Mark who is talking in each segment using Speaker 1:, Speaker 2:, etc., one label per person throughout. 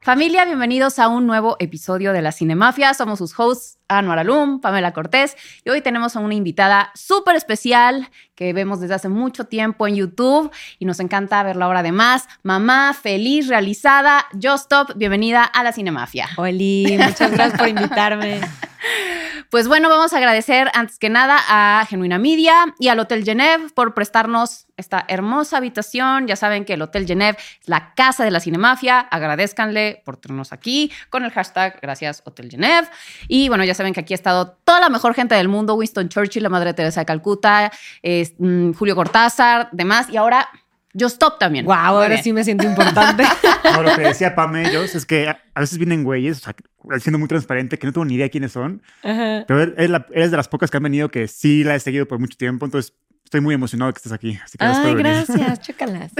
Speaker 1: Familia, bienvenidos a un nuevo episodio de La Cinemafia. Somos sus hosts, Anuar Alum, Pamela Cortés, y hoy tenemos a una invitada súper especial que vemos desde hace mucho tiempo en YouTube y nos encanta verla ahora además. Mamá feliz, realizada, Justop, bienvenida a La Cinemafia.
Speaker 2: Oli, muchas gracias por invitarme.
Speaker 1: Pues bueno, vamos a agradecer antes que nada a Genuina Media y al Hotel Genève por prestarnos esta hermosa habitación. Ya saben que el Hotel Genève es la casa de la cinemafia. Agradezcanle por tenernos aquí con el hashtag Gracias Hotel Genève. Y bueno, ya saben que aquí ha estado toda la mejor gente del mundo: Winston Churchill, la Madre Teresa de Calcuta, es, mm, Julio Cortázar, demás. Y ahora. Yo stop también.
Speaker 2: Wow,
Speaker 1: Muy
Speaker 2: ahora
Speaker 1: bien.
Speaker 2: sí me siento importante.
Speaker 3: No, lo que decía Pam ellos es que a a veces vienen güeyes, o sea, siendo muy transparente, que no tengo ni idea quiénes son,
Speaker 2: Ajá.
Speaker 3: pero él- él la- eres de las pocas que han venido que sí la he seguido por mucho tiempo, entonces estoy muy emocionado que estés aquí. Así que gracias
Speaker 2: Ay,
Speaker 3: por venir.
Speaker 2: gracias, chócalas.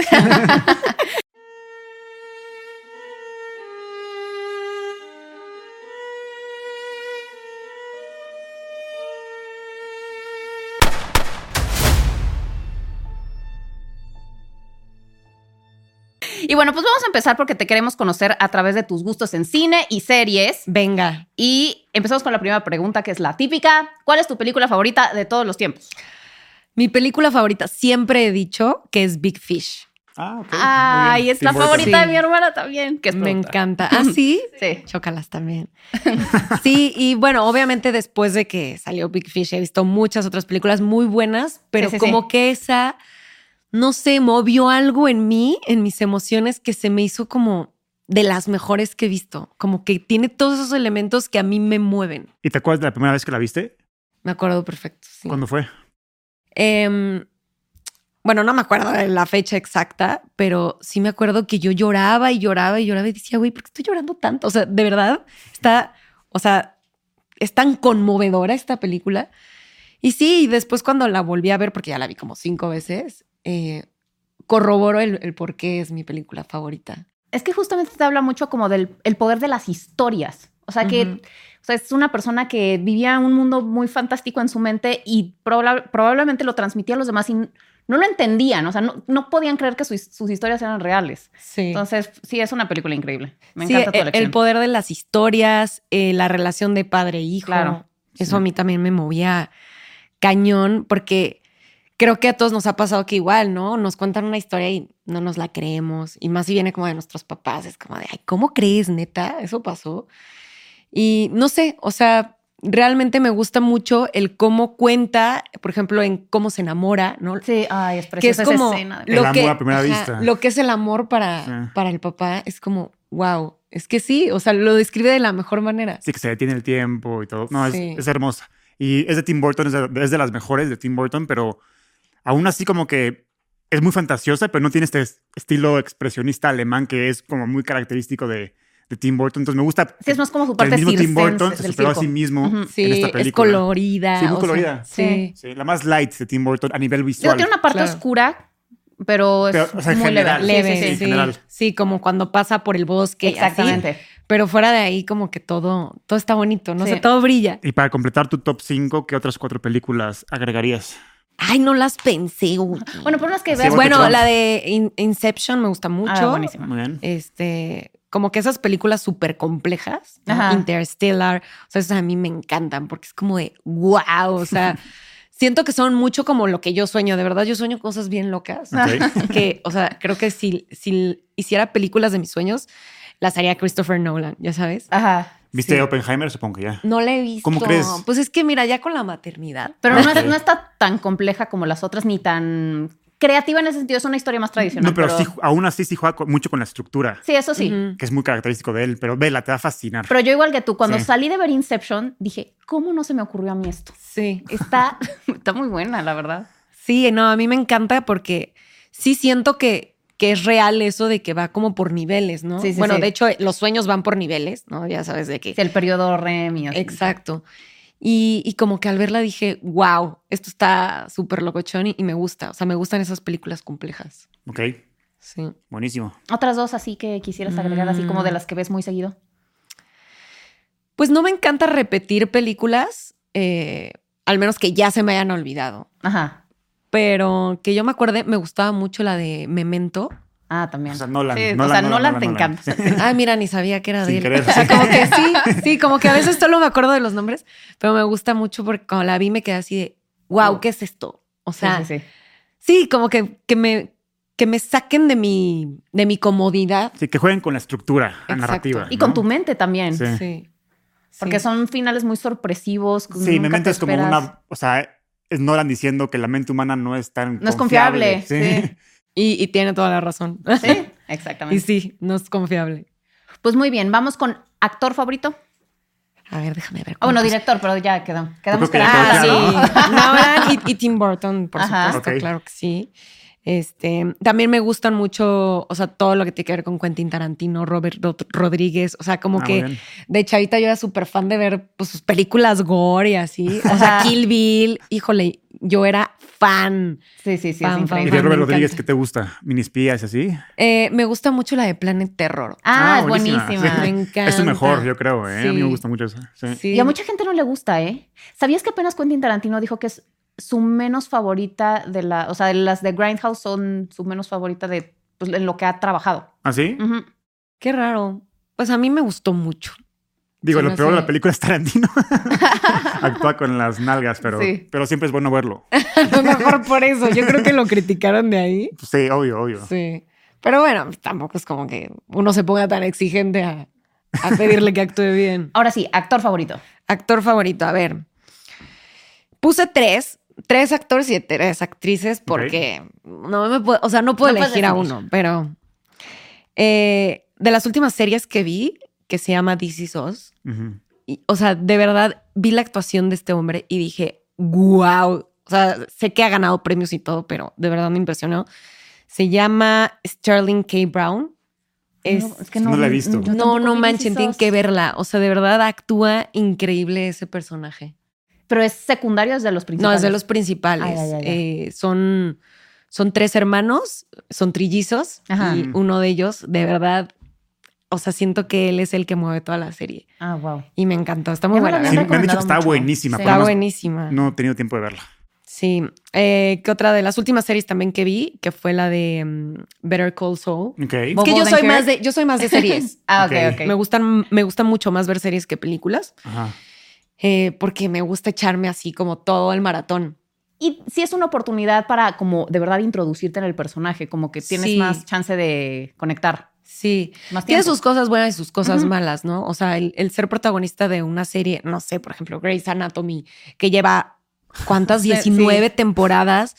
Speaker 1: Y bueno, pues vamos a empezar porque te queremos conocer a través de tus gustos en cine y series.
Speaker 2: Venga.
Speaker 1: Y empezamos con la primera pregunta, que es la típica. ¿Cuál es tu película favorita de todos los tiempos?
Speaker 2: Mi película favorita, siempre he dicho que es Big Fish.
Speaker 3: Ah, ok. Muy
Speaker 1: Ay,
Speaker 3: bien.
Speaker 1: es la
Speaker 3: Tim Burton.
Speaker 1: favorita de
Speaker 2: Sí.
Speaker 1: mi hermana también, que es
Speaker 2: Me
Speaker 1: productora.
Speaker 2: encanta. ¿Ah, sí?
Speaker 1: Sí.
Speaker 2: Chócalas también. Sí, y bueno, obviamente después de que salió Big Fish he visto muchas otras películas muy buenas, pero
Speaker 1: Sí, sí,
Speaker 2: como
Speaker 1: sí.
Speaker 2: que esa, no sé, movió algo en mí, en mis emociones, que se me hizo como de las mejores que he visto. Como que tiene todos esos elementos que a mí me mueven.
Speaker 3: ¿Y te acuerdas de la primera vez que la viste?
Speaker 2: Me acuerdo perfecto. sí.
Speaker 3: ¿Cuándo fue?
Speaker 2: Em, bueno, no me acuerdo de la fecha exacta, pero sí me acuerdo que yo lloraba y lloraba y lloraba y decía, güey, ¿por qué estoy llorando tanto? O sea, de verdad, está, o sea, es tan conmovedora esta película. Y sí, y después cuando la volví a ver, porque ya la vi como cinco veces, eh, corroboro el, el por qué es mi película favorita.
Speaker 1: Es que justamente te habla mucho como del el poder de las historias. O sea, que
Speaker 2: Ujú.
Speaker 1: o sea, es una persona que vivía un mundo muy fantástico en su mente y proba- probablemente lo transmitía a los demás y n- no lo entendían. O sea, no, no podían creer que sus, sus historias eran reales.
Speaker 2: Sí.
Speaker 1: Entonces, sí, es una película increíble. Me
Speaker 2: Sí, e,
Speaker 1: encanta tu
Speaker 2: el, el
Speaker 1: elección.
Speaker 2: poder de las historias, eh, la relación de padre e hijo.
Speaker 1: Claro.
Speaker 2: Eso
Speaker 3: Sí.
Speaker 2: a mí también me movía cañón porque creo que a todos nos ha pasado que igual, ¿no? Nos cuentan una historia y no nos la creemos. Y más si viene como de nuestros papás, es como de, ay, ¿cómo crees, neta? Eso pasó. Y no sé, o sea, realmente me gusta mucho el cómo cuenta, por ejemplo, en cómo se enamora, ¿no?
Speaker 1: Sí, ay, es
Speaker 2: que es
Speaker 1: preciosa esa
Speaker 2: como
Speaker 1: escena.
Speaker 3: El amor a primera vista.
Speaker 2: lo que es el amor para,
Speaker 3: Sí.
Speaker 2: para el papá es como wow es que sí o sea lo describe de la mejor manera
Speaker 3: Sí, que se detiene el tiempo y todo. No, es-
Speaker 2: Sí.
Speaker 3: es, hermosa. Y es de Tim Burton, es de, es de las mejores de Tim Burton, pero aún así como que es muy fantasiosa, pero no tiene este es- estilo expresionista alemán que es como muy característico de, de Tim Burton. Entonces me gusta
Speaker 1: Sí, es más como su
Speaker 3: que el
Speaker 1: parte
Speaker 3: mismo Tim
Speaker 1: circense
Speaker 3: Burton se
Speaker 1: del
Speaker 3: superó a
Speaker 1: circo.
Speaker 3: sí mismo
Speaker 1: Ujú.
Speaker 2: sí
Speaker 3: en esta
Speaker 2: es
Speaker 3: película.
Speaker 2: colorida
Speaker 3: Sí, muy
Speaker 2: o sea,
Speaker 3: colorida.
Speaker 2: sí
Speaker 3: Sí, la más light de Tim Burton a nivel
Speaker 1: Digo,
Speaker 3: visual.
Speaker 1: tiene una parte
Speaker 2: Claro.
Speaker 1: oscura, pero es
Speaker 3: Pero, o sea, en
Speaker 1: muy leve.
Speaker 3: general,
Speaker 1: Sí,
Speaker 2: leve
Speaker 1: sí, sí.
Speaker 3: en general.
Speaker 2: Sí, como cuando pasa por el bosque así.
Speaker 1: Exactamente.
Speaker 2: pero fuera de ahí como que todo todo está bonito no
Speaker 1: Sí.
Speaker 2: sé todo brilla
Speaker 3: Y para completar tu top 5, ¿qué otras cuatro películas agregarías?
Speaker 2: ay no las pensé Uki.
Speaker 1: Bueno, por unas que
Speaker 3: Sí,
Speaker 1: veas.
Speaker 2: bueno
Speaker 3: bueno, Trump.
Speaker 2: la de In- Inception me gusta mucho
Speaker 1: Ah, buenísima.
Speaker 3: Muy bien.
Speaker 2: este, como que esas películas súper complejas, ¿no?
Speaker 1: Ajá.
Speaker 2: Interstellar, o sea, esas a mí me encantan porque es como de wow, o sea, siento que son mucho como lo que yo sueño, de verdad yo sueño cosas bien locas,
Speaker 3: Ok.
Speaker 2: que, o sea, creo que si, si hiciera películas de mis sueños, las haría Christopher Nolan, ya sabes.
Speaker 1: Ajá.
Speaker 3: ¿Viste
Speaker 2: Sí.
Speaker 3: Oppenheimer? Supongo que ya.
Speaker 2: No la he visto.
Speaker 3: ¿Cómo crees?
Speaker 2: Pues es que mira, ya con la maternidad.
Speaker 1: Pero no,
Speaker 3: Ah,
Speaker 1: es-
Speaker 3: ok.
Speaker 1: no está tan compleja como las otras, ni tan creativa en ese sentido. Es una historia más tradicional.
Speaker 3: No, pero, sí, aún así sí juega con- mucho con la estructura,
Speaker 1: Sí, eso sí.
Speaker 2: Ujú.
Speaker 3: que es muy característico de él. Pero vela, te va a fascinar.
Speaker 1: Pero yo, igual que tú, cuando
Speaker 3: Sí.
Speaker 1: salí de ver Inception, dije, ¿cómo no se me ocurrió a mí esto?
Speaker 2: Sí.
Speaker 1: Está, está muy buena, la verdad.
Speaker 2: Sí, no, a mí me encanta porque sí siento que, que es real eso de que va como por niveles, ¿no?
Speaker 1: Sí, sí,
Speaker 2: bueno,
Speaker 1: sí.
Speaker 2: de hecho, los sueños van por niveles, ¿no? Ya sabes de qué.
Speaker 1: Sí, El periodo REM y así.
Speaker 2: Exacto. Y, y como que al verla dije, wow, esto está súper locochón y, y me gusta. O sea, me gustan esas películas complejas.
Speaker 3: Ok,
Speaker 2: Sí.
Speaker 3: buenísimo.
Speaker 1: Otras dos así que quisieras agregar, así como de las que ves muy seguido.
Speaker 2: Pues no me encanta repetir películas, eh, al menos que ya se me hayan olvidado.
Speaker 1: Ajá.
Speaker 2: Pero que yo me acuerde, me gustaba mucho la de Memento.
Speaker 1: Ah, también.
Speaker 3: O sea, Nolan.
Speaker 1: Sí,
Speaker 3: Nolan,
Speaker 1: o sea,
Speaker 3: Nolan,
Speaker 1: Nolan,
Speaker 3: Nolan,
Speaker 1: te
Speaker 3: Nolan.
Speaker 1: encanta.
Speaker 2: Ah, mira, ni sabía que era
Speaker 3: Sin
Speaker 2: de él.
Speaker 3: querer.
Speaker 2: O sea, como que sí, sí, como que a veces solo me acuerdo de los nombres, pero me gusta mucho porque cuando la vi me quedé así de, wow, ¿qué es esto? O
Speaker 1: Sí,
Speaker 2: sea,
Speaker 1: sí,
Speaker 2: sí,
Speaker 1: sí.
Speaker 2: como que, que, me, que me saquen de mi, de mi comodidad.
Speaker 3: Sí, que jueguen con la estructura, la
Speaker 2: Exacto.
Speaker 3: narrativa.
Speaker 1: Y con
Speaker 3: ¿no?
Speaker 1: tu mente también.
Speaker 3: Sí.
Speaker 2: Sí.
Speaker 1: Porque
Speaker 2: Sí.
Speaker 1: son finales muy sorpresivos. que
Speaker 3: Sí,
Speaker 1: Pues nunca
Speaker 3: mi mente
Speaker 1: te
Speaker 3: es como
Speaker 1: esperas.
Speaker 3: una. O sea, es Nolan diciendo que la mente humana no es tan.
Speaker 1: No es confiable,
Speaker 3: Sí. Ah,
Speaker 2: Y, y tiene toda la razón.
Speaker 1: Sí,
Speaker 2: y
Speaker 1: exactamente.
Speaker 2: sí, no es confiable.
Speaker 1: Pues muy bien, vamos con actor favorito.
Speaker 2: A ver, déjame ver.
Speaker 1: Ah, bueno,
Speaker 2: cuántos-
Speaker 1: director, pero ya quedó. Quedamos
Speaker 3: Pues creo que
Speaker 1: con
Speaker 3: ya quedó
Speaker 2: Ah,
Speaker 1: actor.
Speaker 2: sí.
Speaker 3: claro.
Speaker 2: Nolan y, y Tim Burton, por
Speaker 1: Ajá.
Speaker 2: supuesto,
Speaker 3: Ok.
Speaker 2: claro que sí. Este, también me gustan mucho, o sea, todo lo que tiene que ver con Quentin Tarantino, Robert Rod- Rodríguez, o sea, como
Speaker 3: Ah, muy
Speaker 2: que
Speaker 3: bien.
Speaker 2: de chavita yo era súper fan de ver pues, sus películas gore y así, o sea,
Speaker 1: Ajá.
Speaker 2: Kill Bill, híjole, yo era fan.
Speaker 1: Sí, sí, sí,
Speaker 2: Fan,
Speaker 1: es
Speaker 2: fan,
Speaker 3: Y
Speaker 1: increíble.
Speaker 2: Ay,
Speaker 3: de
Speaker 2: me
Speaker 3: Robert Rodríguez,
Speaker 2: encanta.
Speaker 3: ¿qué te gusta? ¿Minispías así?
Speaker 2: Eh, me gusta mucho la de Planet Terror.
Speaker 1: Ah,
Speaker 3: Ah,
Speaker 1: es
Speaker 3: buenísima.
Speaker 1: buenísima.
Speaker 2: Me
Speaker 3: Sí.
Speaker 2: encanta.
Speaker 3: Es su mejor, yo creo, ¿eh? A mí
Speaker 2: Sí.
Speaker 3: me gusta mucho eso. Sí.
Speaker 2: Sí.
Speaker 1: Y a mucha gente no le gusta, ¿eh? ¿Sabías que apenas Quentin Tarantino dijo que es su menos favorita de la, o sea, de las de Grindhouse son su menos favorita de pues, en lo que ha trabajado.
Speaker 3: ¿Ah, sí?
Speaker 1: Ujú.
Speaker 2: Qué raro. Pues a mí me gustó mucho.
Speaker 3: Digo,
Speaker 2: Se
Speaker 3: lo
Speaker 2: me
Speaker 3: peor de
Speaker 2: hace-
Speaker 3: la película es Tarantino. Actúa con las nalgas, pero,
Speaker 1: Sí.
Speaker 3: pero siempre es bueno verlo.
Speaker 2: A lo mejor por eso. Yo creo que lo criticaron de ahí.
Speaker 3: Pues Sí, obvio, obvio.
Speaker 2: Sí. Pero bueno, tampoco es como que uno se ponga tan exigente a, a pedirle que actúe bien.
Speaker 1: Ahora sí, actor favorito.
Speaker 2: Actor favorito, a ver. Puse tres, tres actores y tres actrices porque no me puedo, o sea, no puedo
Speaker 1: No puedes
Speaker 2: elegir a
Speaker 1: decidir.
Speaker 2: uno, pero eh, de las últimas series que vi, que se llama This Is Us,
Speaker 3: Ujú.
Speaker 2: y, o sea, de verdad vi la actuación de este hombre y dije, wow. O sea, sé que ha ganado premios y todo, pero de verdad me impresionó. Se llama Sterling K. Brown. Es,
Speaker 1: No, es que
Speaker 3: no la he visto.
Speaker 1: yo
Speaker 2: no,
Speaker 1: tampoco
Speaker 2: no
Speaker 1: vi
Speaker 2: manchen,
Speaker 1: This Is
Speaker 2: tienen
Speaker 1: Us.
Speaker 2: que verla. O sea, de verdad actúa increíble ese personaje.
Speaker 1: Pero es secundario desde los
Speaker 2: No,
Speaker 1: principales.
Speaker 2: es de los principales.
Speaker 1: Ah, ya, ya, ya.
Speaker 2: Eh, son, son tres hermanos, son trillizos
Speaker 1: Ajá.
Speaker 2: y uno de ellos, de verdad, o sea, siento que él es el que mueve toda la serie.
Speaker 1: Ah, wow.
Speaker 2: Y me encantó, está muy
Speaker 1: Ya me la
Speaker 2: buena.
Speaker 1: habían
Speaker 3: Sí, me han dicho
Speaker 1: recomendado
Speaker 3: que está
Speaker 1: mucho.
Speaker 3: buenísima,
Speaker 1: Sí.
Speaker 3: pero
Speaker 2: Está
Speaker 3: no-
Speaker 2: buenísima.
Speaker 3: No he tenido tiempo de verla.
Speaker 2: Sí. Eh, que otra de las últimas series también que vi, que fue la de mm, Better Call Saul.
Speaker 3: Ok.
Speaker 2: Es que yo soy
Speaker 1: Odenkirk.
Speaker 2: más de, yo soy más de series.
Speaker 1: Ah, ok,
Speaker 3: Ok.
Speaker 1: ok.
Speaker 2: Me gustan, me gusta mucho más ver series que películas,
Speaker 3: Ajá.
Speaker 2: eh, porque me gusta echarme así como todo el maratón.
Speaker 1: Y sí es una oportunidad para como de verdad introducirte en el personaje, como que tienes
Speaker 2: Sí.
Speaker 1: más chance de conectar.
Speaker 2: Sí.
Speaker 1: Más
Speaker 2: Tiene
Speaker 1: tiempo.
Speaker 2: sus cosas buenas y sus cosas
Speaker 1: Ujú.
Speaker 2: malas, ¿no? O sea, el, el ser protagonista de una serie, no sé, por ejemplo, Grey's Anatomy, que lleva cuántas,
Speaker 1: Sí.
Speaker 2: 19 temporadas,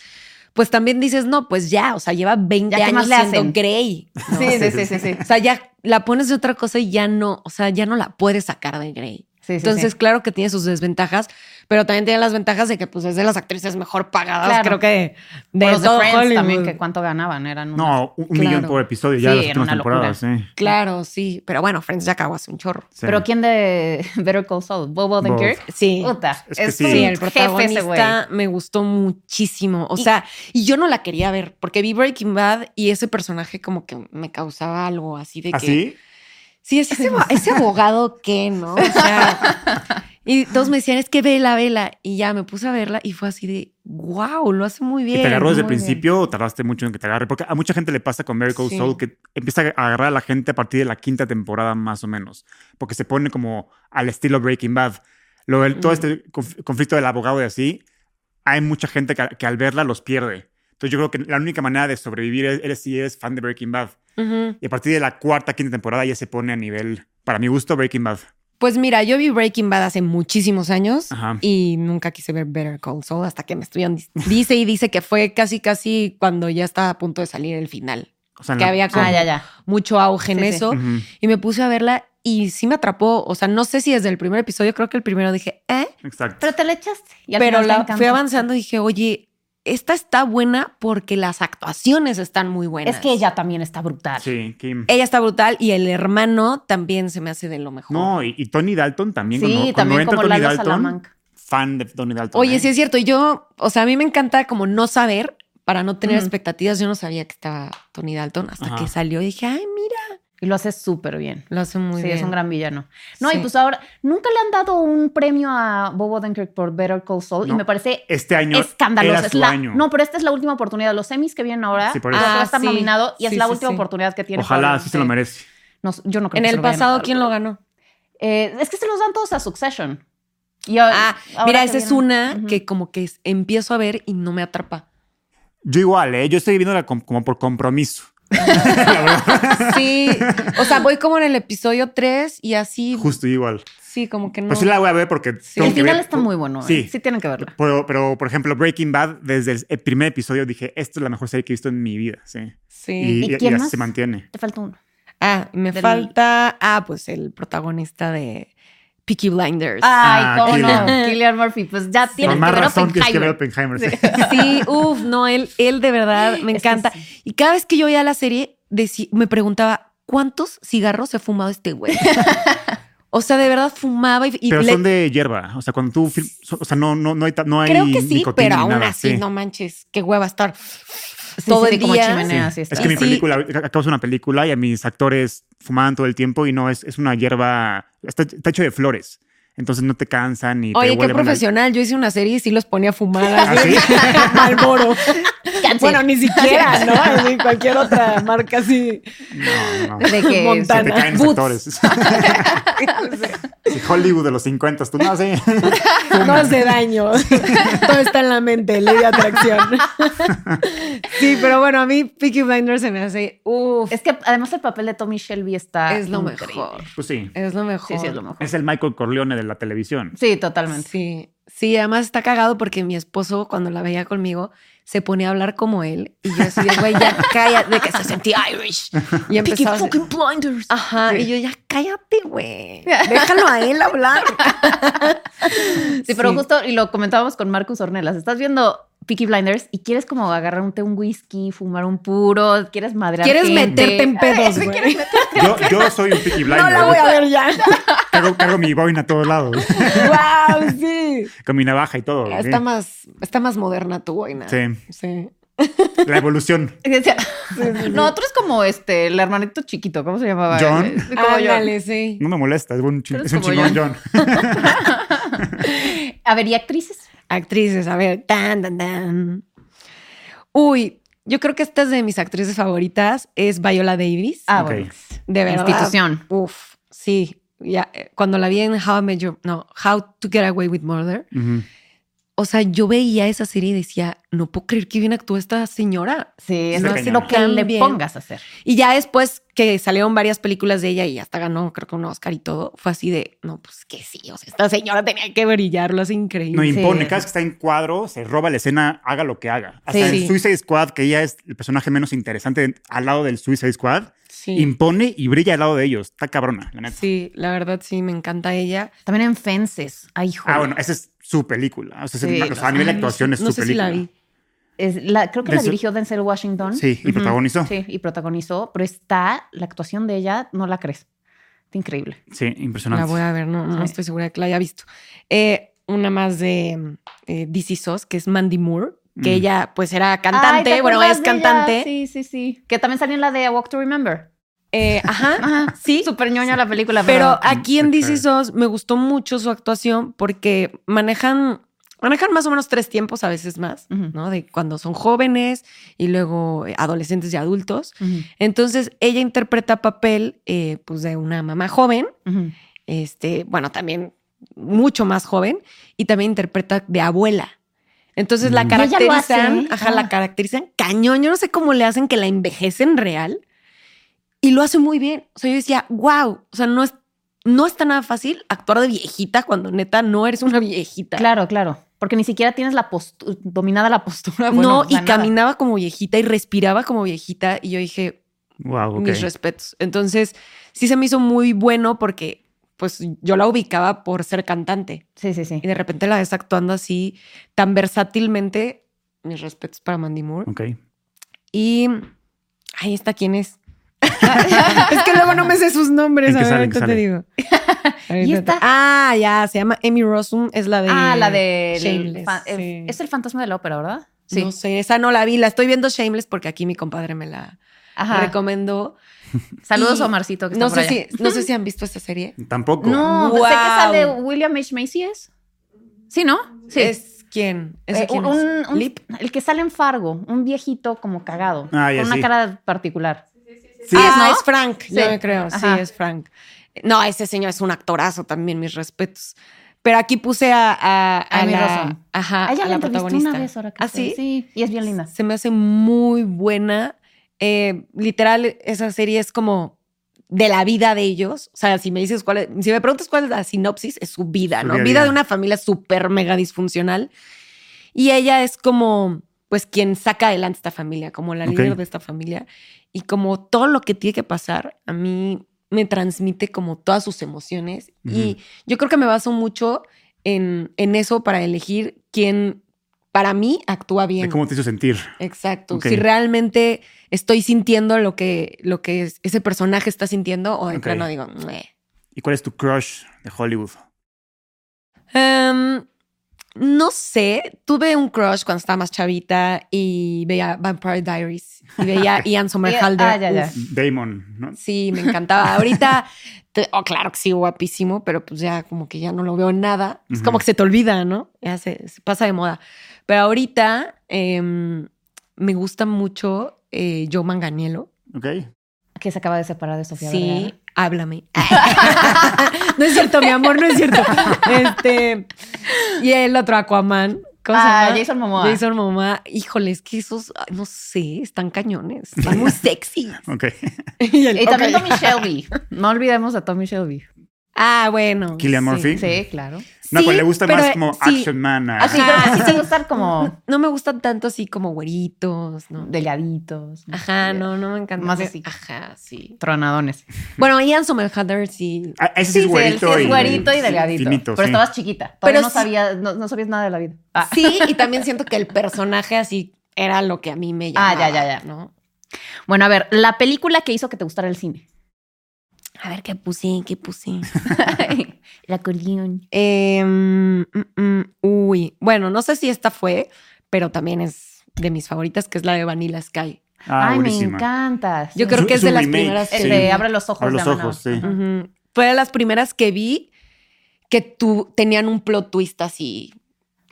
Speaker 2: pues también dices, no, pues ya, o sea, lleva 20
Speaker 1: Ya, ¿qué
Speaker 2: años
Speaker 1: más le
Speaker 2: siendo
Speaker 1: hacen?
Speaker 2: Grey. ¿no?
Speaker 1: Sí, sí, sí, sí, sí.
Speaker 2: O sea, ya la pones de otra cosa y ya no, o sea, ya no la puedes sacar de Grey.
Speaker 1: Sí, sí,
Speaker 2: Entonces,
Speaker 1: sí.
Speaker 2: claro que tiene sus desventajas, pero también tiene las ventajas de que pues es de las actrices mejor pagadas,
Speaker 1: Claro.
Speaker 2: pues, creo que de,
Speaker 1: Por
Speaker 2: de
Speaker 1: los de
Speaker 2: todo
Speaker 1: Friends
Speaker 2: Hollywood.
Speaker 1: también, que cuánto ganaban, eran unos-
Speaker 3: No, un un
Speaker 2: Claro.
Speaker 3: millón por episodio ya
Speaker 1: Sí,
Speaker 3: las
Speaker 1: era
Speaker 3: últimas
Speaker 1: una locura.
Speaker 3: temporadas. Sí.
Speaker 2: Claro, sí, pero bueno, Friends ya acabó hace un chorro.
Speaker 3: Sí.
Speaker 1: Pero ¿quién de Better Call Saul? ¿Bob Odenkirk?
Speaker 2: Sí.
Speaker 1: Puta,
Speaker 3: Es
Speaker 1: es,
Speaker 3: que sí.
Speaker 1: un
Speaker 2: Sí, el
Speaker 1: jefe ese güey.
Speaker 2: protagonista me gustó muchísimo. O
Speaker 1: Y-
Speaker 2: sea, y yo no la quería ver porque vi Breaking Bad y ese personaje como que me causaba algo así de que.
Speaker 3: ¿Así?
Speaker 2: Sí, es ese, abo- ese abogado que, ¿no? O sea, y todos me decían, es que vela, vela. Y ya me puse a verla y fue así de, wow, lo hace muy bien.
Speaker 3: ¿Y te agarró desde el
Speaker 2: muy bien".
Speaker 3: principio o tardaste mucho en que te agarre? Porque a mucha gente le pasa con Miracle
Speaker 2: Sí.
Speaker 3: Soul que empieza a agarrar a la gente a partir de la quinta temporada más o menos, porque se pone como al estilo Breaking Bad. Lo del- todo
Speaker 2: Mm.
Speaker 3: este conf- conflicto del abogado y así, hay mucha gente que, que al verla los pierde. Entonces yo creo que la única manera de sobrevivir es, eres si eres fan de Breaking Bad.
Speaker 2: Ujú.
Speaker 3: Y a partir de la cuarta, quinta temporada ya se pone a nivel, para mi gusto, Breaking Bad.
Speaker 2: Pues mira, yo vi Breaking Bad hace muchísimos años
Speaker 3: Ajá.
Speaker 2: y nunca quise ver Better Call Saul hasta que me estuvieron. dis- Dice y dice que fue casi, casi cuando ya estaba a punto de salir el final.
Speaker 3: O sea, en
Speaker 2: Que
Speaker 3: la-
Speaker 2: había
Speaker 3: sí.
Speaker 1: Ah, ya, ya.
Speaker 2: Mucho auge en
Speaker 1: Sí, sí.
Speaker 2: eso
Speaker 3: Ujú.
Speaker 2: y me puse a verla y sí me atrapó. O sea, no sé si desde el primer episodio, creo que el primero dije, ¿eh?
Speaker 3: Exacto.
Speaker 1: Pero te le echaste. y al
Speaker 2: Pero
Speaker 1: final te
Speaker 2: la,
Speaker 1: encanta.
Speaker 2: fui avanzando y dije, oye, esta está buena porque las actuaciones están muy buenas.
Speaker 1: Es que ella también está brutal.
Speaker 3: Sí, Kim.
Speaker 2: Ella está brutal y el hermano también se me hace de lo mejor.
Speaker 3: No, y, y Tony Dalton también.
Speaker 1: Sí,
Speaker 3: cuando, cuando
Speaker 1: también
Speaker 3: entra
Speaker 1: como
Speaker 3: Tony
Speaker 1: Lalo
Speaker 3: Dalton,
Speaker 1: Salamanca.
Speaker 3: fan de Tony Dalton.
Speaker 2: Oye,
Speaker 3: ¿eh?
Speaker 2: sí es cierto. y Yo, o sea, a mí me encanta como no saber para no tener
Speaker 1: Ujú.
Speaker 2: expectativas. Yo no sabía que estaba Tony Dalton hasta
Speaker 3: Ajá.
Speaker 2: que salió y dije, ay, mira.
Speaker 1: Y lo hace súper bien.
Speaker 2: Lo hace muy
Speaker 1: sí,
Speaker 2: bien.
Speaker 1: es un gran villano. No, y
Speaker 2: Sí.
Speaker 1: pues ahora, nunca le han dado un premio a Bob Odenkirk por Better Call Saul y
Speaker 3: No.
Speaker 1: me parece
Speaker 3: Este año
Speaker 1: escandaloso.
Speaker 3: era
Speaker 1: Es
Speaker 3: su
Speaker 1: la-
Speaker 3: año.
Speaker 1: No, pero esta es la última oportunidad. Los semis que vienen ahora,
Speaker 3: Sí, por
Speaker 1: creo
Speaker 3: eso.
Speaker 1: que va a estar
Speaker 2: Ah, sí.
Speaker 1: nominado y es
Speaker 2: Sí,
Speaker 1: la
Speaker 2: sí,
Speaker 1: última
Speaker 2: sí.
Speaker 1: oportunidad que tiene.
Speaker 3: Ojalá
Speaker 1: para-
Speaker 3: sí se lo merece.
Speaker 1: No, yo no creo
Speaker 2: En
Speaker 1: que se
Speaker 2: el
Speaker 1: lo vayan a
Speaker 2: pasado,
Speaker 1: dar.
Speaker 2: ¿quién lo ganó?
Speaker 1: Eh, es que se los dan todos a Succession. Y
Speaker 2: Ah,
Speaker 1: ahora
Speaker 2: mira,
Speaker 1: que
Speaker 2: esa es
Speaker 1: vienen-
Speaker 2: una
Speaker 1: Ujú.
Speaker 2: que como que es- empiezo a ver y no me atrapa.
Speaker 3: Yo igual, ¿eh? Yo estoy viéndola com- como por compromiso.
Speaker 2: Sí, o sea, voy como en el episodio 3 y así,
Speaker 3: Justo igual.
Speaker 2: sí, como que no.
Speaker 3: Pues sí la voy a ver porque.
Speaker 2: Sí.
Speaker 3: tengo
Speaker 1: El
Speaker 3: que
Speaker 1: final
Speaker 3: ver-
Speaker 1: está muy bueno. eh. Sí.
Speaker 3: Sí.
Speaker 1: tienen que verla.
Speaker 3: Pero, pero, por ejemplo, Breaking Bad, desde el- el primer episodio dije, esta es la mejor serie que he visto en mi vida. Sí.
Speaker 2: Sí.
Speaker 1: ¿Y
Speaker 3: Y, y- y
Speaker 1: quién
Speaker 3: así
Speaker 1: más?
Speaker 3: se mantiene.
Speaker 1: Te falta uno.
Speaker 2: Ah, me
Speaker 1: Del-
Speaker 2: falta, ah, pues el protagonista de Peaky Blinders.
Speaker 1: Ay,
Speaker 3: Ah,
Speaker 1: cómo no.
Speaker 3: Killian.
Speaker 1: Killian Murphy. Pues ya tienes
Speaker 3: Con más
Speaker 1: que ver a
Speaker 3: razón que es que veo
Speaker 1: Oppenheimer.
Speaker 3: Oppenheimer. sí.
Speaker 2: Sí, uff, no, él, él de verdad me
Speaker 1: Es que
Speaker 2: encanta.
Speaker 1: sí.
Speaker 2: Y cada vez que yo veía la serie, decí- me preguntaba, ¿cuántos cigarros se ha fumado este güey? O sea, de verdad fumaba y, y
Speaker 3: Pero
Speaker 2: le-
Speaker 3: son de hierba. O sea, cuando tú. fil- so- O sea, no, no, no hay, ta- no hay
Speaker 2: creo que sí,
Speaker 3: nicotina
Speaker 2: pero
Speaker 3: ni
Speaker 2: aún
Speaker 3: nada,
Speaker 2: así,
Speaker 3: sí.
Speaker 2: no manches, qué hueva estar
Speaker 1: Sí,
Speaker 2: todo
Speaker 1: sí,
Speaker 2: el
Speaker 1: como
Speaker 2: día.
Speaker 3: Sí.
Speaker 1: chimenea, sí, está.
Speaker 3: Es que mi
Speaker 2: Ah, Sí.
Speaker 3: película, ac- acabo de hacer una película y a mis actores fumaban todo el tiempo y no es, es una hierba, está, está hecho de flores. Entonces no te cansan ni te
Speaker 2: Oye, qué
Speaker 3: huele mal.
Speaker 2: profesional. Yo hice una serie y sí los ponía a
Speaker 3: ¿Ah,
Speaker 2: fumar.
Speaker 3: sí?
Speaker 2: Malboro.
Speaker 1: Cáncer.
Speaker 2: Bueno, ni siquiera, ¿no? Así, cualquier otra marca así.
Speaker 3: No, no.
Speaker 1: de que
Speaker 3: Se te
Speaker 2: Montana.
Speaker 3: caen los
Speaker 2: Boots.
Speaker 3: actores. Sí, Hollywood de los 50, tú no sé.
Speaker 2: No hace daño. Todo está en la mente, ley de atracción. Sí, pero bueno, a mí Peaky Blinders se me hace, uff,
Speaker 1: Es que además el papel de Tommy Shelby está.
Speaker 2: es lo
Speaker 1: Ah, increíble.
Speaker 2: mejor.
Speaker 3: Pues sí,
Speaker 2: Es lo mejor.
Speaker 1: Sí, sí, es lo mejor.
Speaker 3: es el Michael Corleone de la televisión.
Speaker 1: Sí, totalmente.
Speaker 2: Sí, sí, además está cagado porque mi esposo cuando la veía conmigo se ponía a hablar como él y yo así de, güey, ya cállate, de que se sentía Irish. Y empezaba así-
Speaker 1: blinders.
Speaker 2: Ajá,
Speaker 1: Sí.
Speaker 2: y yo ya cállate, güey. Déjalo a él hablar.
Speaker 1: Sí, pero justo, y lo comentábamos con Marcus Ornelas, estás viendo Peaky Blinders y quieres como agarrarte un whisky, fumar un puro, quieres madrear
Speaker 2: Quieres
Speaker 1: gente.
Speaker 2: meterte en pedos,
Speaker 1: Sí,
Speaker 2: güey.
Speaker 1: quieres meter-
Speaker 3: Yo, yo soy un Peaky
Speaker 2: No
Speaker 3: Blinder.
Speaker 2: la voy a ver ya.
Speaker 3: cargo, cargo mi boina a todos lados,
Speaker 2: wow, sí.
Speaker 3: con mi navaja y todo. sí.
Speaker 2: Está más, está más moderna tu boina.
Speaker 3: Sí.
Speaker 2: Sí.
Speaker 3: La evolución.
Speaker 1: O sea, No, tú eres como este, el hermanito chiquito, ¿cómo se llamaba?
Speaker 3: John.
Speaker 1: Eh, Como John.
Speaker 2: Ándale, sí.
Speaker 3: No me molesta, es un, chin-
Speaker 1: Eres
Speaker 3: es un
Speaker 1: como
Speaker 3: chingón John.
Speaker 1: A ver, ¿y actrices?
Speaker 2: Actrices, a ver, tan, tan, tan. Uy, yo creo que esta es de mis actrices favoritas, es Viola Davis.
Speaker 1: Ah,
Speaker 3: Ok.
Speaker 1: bueno.
Speaker 2: de verdad.
Speaker 1: Institución.
Speaker 2: Uf, sí. Ya, eh, cuando la vi en How I Met Your- no, How to Get Away with Murder.
Speaker 3: Ujú.
Speaker 2: O sea, yo veía esa serie y decía, no puedo creer que bien actúa esta señora.
Speaker 1: Sí, es
Speaker 3: Está
Speaker 1: así
Speaker 3: cañón.
Speaker 1: lo que le
Speaker 2: También.
Speaker 1: pongas a hacer.
Speaker 2: Y ya después que salieron varias películas de ella y hasta ganó, creo que un Oscar y todo, fue así de, no, pues que sí, o sea, esta señora tenía que brillar, lo hace
Speaker 3: No
Speaker 2: increíble.
Speaker 3: impone,
Speaker 1: Sí.
Speaker 3: cada vez que está en cuadro, se roba la escena, haga lo que haga. Hasta
Speaker 2: Sí.
Speaker 3: en Suicide Squad, que ella es el personaje menos interesante al lado del Suicide Squad,
Speaker 2: sí,
Speaker 3: impone y brilla al lado de ellos. Está cabrona, la neta.
Speaker 2: sí, la verdad sí, me encanta ella.
Speaker 1: También en Fences. Ay, hijo.
Speaker 3: Ah, bueno, esa es su película. O sea,
Speaker 1: Sí.
Speaker 3: o sea, a nivel de
Speaker 2: Ay, no
Speaker 3: actuación
Speaker 2: sé-
Speaker 3: es
Speaker 2: no
Speaker 3: su
Speaker 2: sé si
Speaker 3: película.
Speaker 2: la vi.
Speaker 1: Es la- creo que la
Speaker 3: Denzel-
Speaker 1: dirigió Denzel Washington.
Speaker 3: Sí, y
Speaker 1: Ujú.
Speaker 3: protagonizó.
Speaker 1: Sí, y protagonizó, pero está la actuación de ella, no la crees. Está increíble.
Speaker 3: Sí, impresionante.
Speaker 2: La voy a ver, no, no
Speaker 1: Sí.
Speaker 2: estoy segura de que la haya visto. Eh, una más de eh, DC SOS, que es Mandy Moore, que
Speaker 3: Mm.
Speaker 2: ella pues era
Speaker 1: Ay,
Speaker 2: cantante,
Speaker 1: ¿te
Speaker 2: bueno,
Speaker 1: acuerdas
Speaker 2: es
Speaker 1: de ella?
Speaker 2: cantante.
Speaker 1: Sí, sí, sí. Que también salió en la de A Walk to Remember.
Speaker 2: Eh, ajá.
Speaker 1: Ah,
Speaker 2: Sí,
Speaker 1: súper ñoña la película,
Speaker 2: pero
Speaker 1: pero.
Speaker 2: aquí en
Speaker 3: Ok.
Speaker 2: DC SOS me gustó mucho su actuación porque manejan, manejan más o menos tres tiempos, a veces más,
Speaker 1: Ujú.
Speaker 2: ¿no? De cuando son jóvenes y luego eh, adolescentes y adultos.
Speaker 1: Ujú,
Speaker 2: Entonces ella interpreta papel eh, pues de una mamá joven
Speaker 1: ujú.
Speaker 2: este, bueno, también mucho más joven y también interpreta de abuela. Entonces la
Speaker 3: Mm.
Speaker 1: Y ella lo hace,
Speaker 2: caracterizan,
Speaker 1: ¿eh?
Speaker 2: ajá,
Speaker 1: Ah.
Speaker 2: la caracterizan cañón. Yo no sé cómo le hacen que la envejecen real y lo hace muy bien. O sea, yo decía, wow, o sea, no es, no está nada fácil actuar de viejita cuando neta no eres una viejita.
Speaker 1: Claro, claro. Porque ni siquiera tienes la postura, dominada la postura. bueno,
Speaker 2: no, y
Speaker 1: para nada.
Speaker 2: caminaba como viejita y respiraba como viejita. Y yo dije,
Speaker 3: Wow, ok.
Speaker 2: mis respetos. Entonces, sí se me hizo muy bueno porque pues yo la ubicaba por ser cantante.
Speaker 1: Sí, sí, sí.
Speaker 2: Y de repente la ves actuando así tan versátilmente. Mis respetos para Mandy
Speaker 1: Mm.
Speaker 2: Moore.
Speaker 3: Ok.
Speaker 2: Y ahí está quién es. es que luego no me sé sus nombres.
Speaker 3: ¿En
Speaker 2: A
Speaker 3: qué
Speaker 2: ver,
Speaker 3: sale? ¿En
Speaker 2: ahorita
Speaker 3: qué
Speaker 2: te
Speaker 3: sale?
Speaker 2: digo.
Speaker 1: ¿Y esta?
Speaker 2: Ah, ya, se llama Emmy Rossum. Es la de.
Speaker 1: Ah, la de.
Speaker 2: Shameless, sí.
Speaker 1: Es el fantasma de la ópera, ¿verdad?
Speaker 2: No sé, esa no la vi. La estoy viendo Shameless porque aquí mi compadre me la
Speaker 1: Ajá.
Speaker 2: recomendó.
Speaker 1: Saludos
Speaker 2: Y
Speaker 1: a Omarcito que está
Speaker 2: No
Speaker 1: por
Speaker 2: sé,
Speaker 1: allá.
Speaker 2: si, no sé si han visto esta serie.
Speaker 3: Tampoco.
Speaker 1: No,
Speaker 2: Wow.
Speaker 1: sé que sale William H. Macy, ¿es? Sí, ¿no? Sí.
Speaker 2: ¿Es quién? ¿Es
Speaker 1: Eh,
Speaker 2: quién
Speaker 1: un-
Speaker 2: es?
Speaker 1: un-
Speaker 2: ¿Lip?
Speaker 1: el que sale en Fargo, un viejito como cagado,
Speaker 3: Ah, ya,
Speaker 1: con una
Speaker 3: sí.
Speaker 1: cara particular.
Speaker 3: Sí,
Speaker 2: ah,
Speaker 1: ¿no?
Speaker 2: es Frank, yo
Speaker 1: Sí.
Speaker 2: me creo.
Speaker 1: Ajá.
Speaker 2: Sí, es Frank. No, ese señor es un actorazo también, mis respetos. Pero aquí puse a, a, a
Speaker 1: Amy
Speaker 2: la,
Speaker 1: Rossum.
Speaker 2: ajá,
Speaker 1: A ella
Speaker 2: a
Speaker 1: Ah, la
Speaker 2: Ah, la
Speaker 1: entrevisté
Speaker 2: protagonista.
Speaker 1: una vez ahora que
Speaker 2: ¿Ah,
Speaker 1: estoy-
Speaker 2: sí?
Speaker 1: Sí, y es bien linda.
Speaker 2: Se me hace muy buena. Eh, literal, esa serie es como de la vida de ellos. O sea, si me dices cuál es- si me preguntas cuál es la sinopsis, es su vida,
Speaker 3: Su
Speaker 2: ¿no?
Speaker 3: día a
Speaker 2: vida de
Speaker 3: día.
Speaker 2: una familia súper mega disfuncional. Y ella es como, pues, quien saca adelante esta familia, como la
Speaker 3: Ok.
Speaker 2: líder de esta familia. Y como todo lo que tiene que pasar, a mí me transmite como todas sus emociones. Y
Speaker 3: Ujú.
Speaker 2: yo creo que me baso mucho en, en eso para elegir quién, para mí, actúa bien.
Speaker 3: De cómo te hizo sentir.
Speaker 2: Exacto.
Speaker 3: Ok.
Speaker 2: Si realmente estoy sintiendo lo que, lo que es- ese personaje está sintiendo, o de
Speaker 3: Ok.
Speaker 2: plano digo, "Meh".
Speaker 3: ¿Y cuál es tu crush de Hollywood?
Speaker 2: Em, no sé, tuve un crush cuando estaba más chavita y veía Vampire Diaries y veía Ian Somerhalder.
Speaker 1: Ah, ya, ya.
Speaker 2: Uf,
Speaker 3: Damon, ¿no?
Speaker 2: sí, me encantaba. Ahorita, te- oh, claro que sí, guapísimo, pero pues ya como que ya no lo veo en nada. Es como
Speaker 3: Ujú.
Speaker 2: que se te olvida, ¿no? Ya se, se pasa de moda. Pero ahorita em, me gusta mucho eh, Joe Manganiello.
Speaker 3: Ok.
Speaker 1: Que se acaba de separar de Sofía
Speaker 2: Sí,
Speaker 1: Vergara.
Speaker 2: háblame. no es cierto, mi amor, no es cierto. Este, y el otro Aquaman. ¿Cómo
Speaker 1: Ah,
Speaker 2: se llama?
Speaker 1: Jason Momoa.
Speaker 2: Jason Momoa. Híjole, es que esos, ay, no sé, están cañones. Están muy sexy.
Speaker 3: Ok.
Speaker 2: Y el-
Speaker 1: Y también
Speaker 2: ok.
Speaker 1: Tommy Shelby. No olvidemos a Tommy Shelby.
Speaker 2: Ah, bueno.
Speaker 3: Cillian Murphy. Ah,
Speaker 1: Sí, claro.
Speaker 3: No,
Speaker 2: Sí,
Speaker 3: pues le gusta
Speaker 2: pero,
Speaker 3: más como
Speaker 2: sí.
Speaker 3: Action Man. a-
Speaker 1: Así,
Speaker 2: Ajá.
Speaker 1: pero así te gustan como
Speaker 2: No me gustan tanto así como güeritos, ¿no?
Speaker 1: delgaditos.
Speaker 2: Ajá, no, no me encanta.
Speaker 1: Más así.
Speaker 2: Ajá, sí.
Speaker 1: Tronadones.
Speaker 2: Bueno, Ian Somerhalder sí.
Speaker 3: Ah, ese sí,
Speaker 1: él
Speaker 3: es
Speaker 1: sí
Speaker 3: güerito.
Speaker 1: es güerito y
Speaker 3: sí,
Speaker 1: delgadito.
Speaker 3: finito,
Speaker 1: pero
Speaker 3: sí.
Speaker 1: estabas chiquita. Todavía
Speaker 2: Pero
Speaker 1: no,
Speaker 2: sí-
Speaker 1: sabías, no, no sabías nada de la vida. Ah.
Speaker 2: Sí, y también siento que el personaje así era lo que a mí me llamaba.
Speaker 1: Ah, ya, ya, ya.
Speaker 2: ¿no?
Speaker 1: Bueno, a ver, la película que hizo que te gustara el cine.
Speaker 2: A ver qué puse, qué puse.
Speaker 1: el acordeón.
Speaker 2: Eh, mm, mm, mm, uy, bueno, no sé si esta fue, pero también es de mis favoritas, que es la de Vanilla Sky.
Speaker 3: Ah,
Speaker 1: Ay, me
Speaker 3: buenísima.
Speaker 1: encanta. Sí.
Speaker 2: Yo creo
Speaker 3: Su-
Speaker 2: que es
Speaker 3: su
Speaker 2: de las
Speaker 3: remake,
Speaker 2: primeras
Speaker 1: El
Speaker 3: sí.
Speaker 1: de abre los ojos.
Speaker 3: Abre los
Speaker 1: le llaman
Speaker 3: ojos,
Speaker 1: ahora.
Speaker 3: sí.
Speaker 1: Ajá.
Speaker 2: Ujú. Fue de las primeras que vi que tú tenían un plot twist así.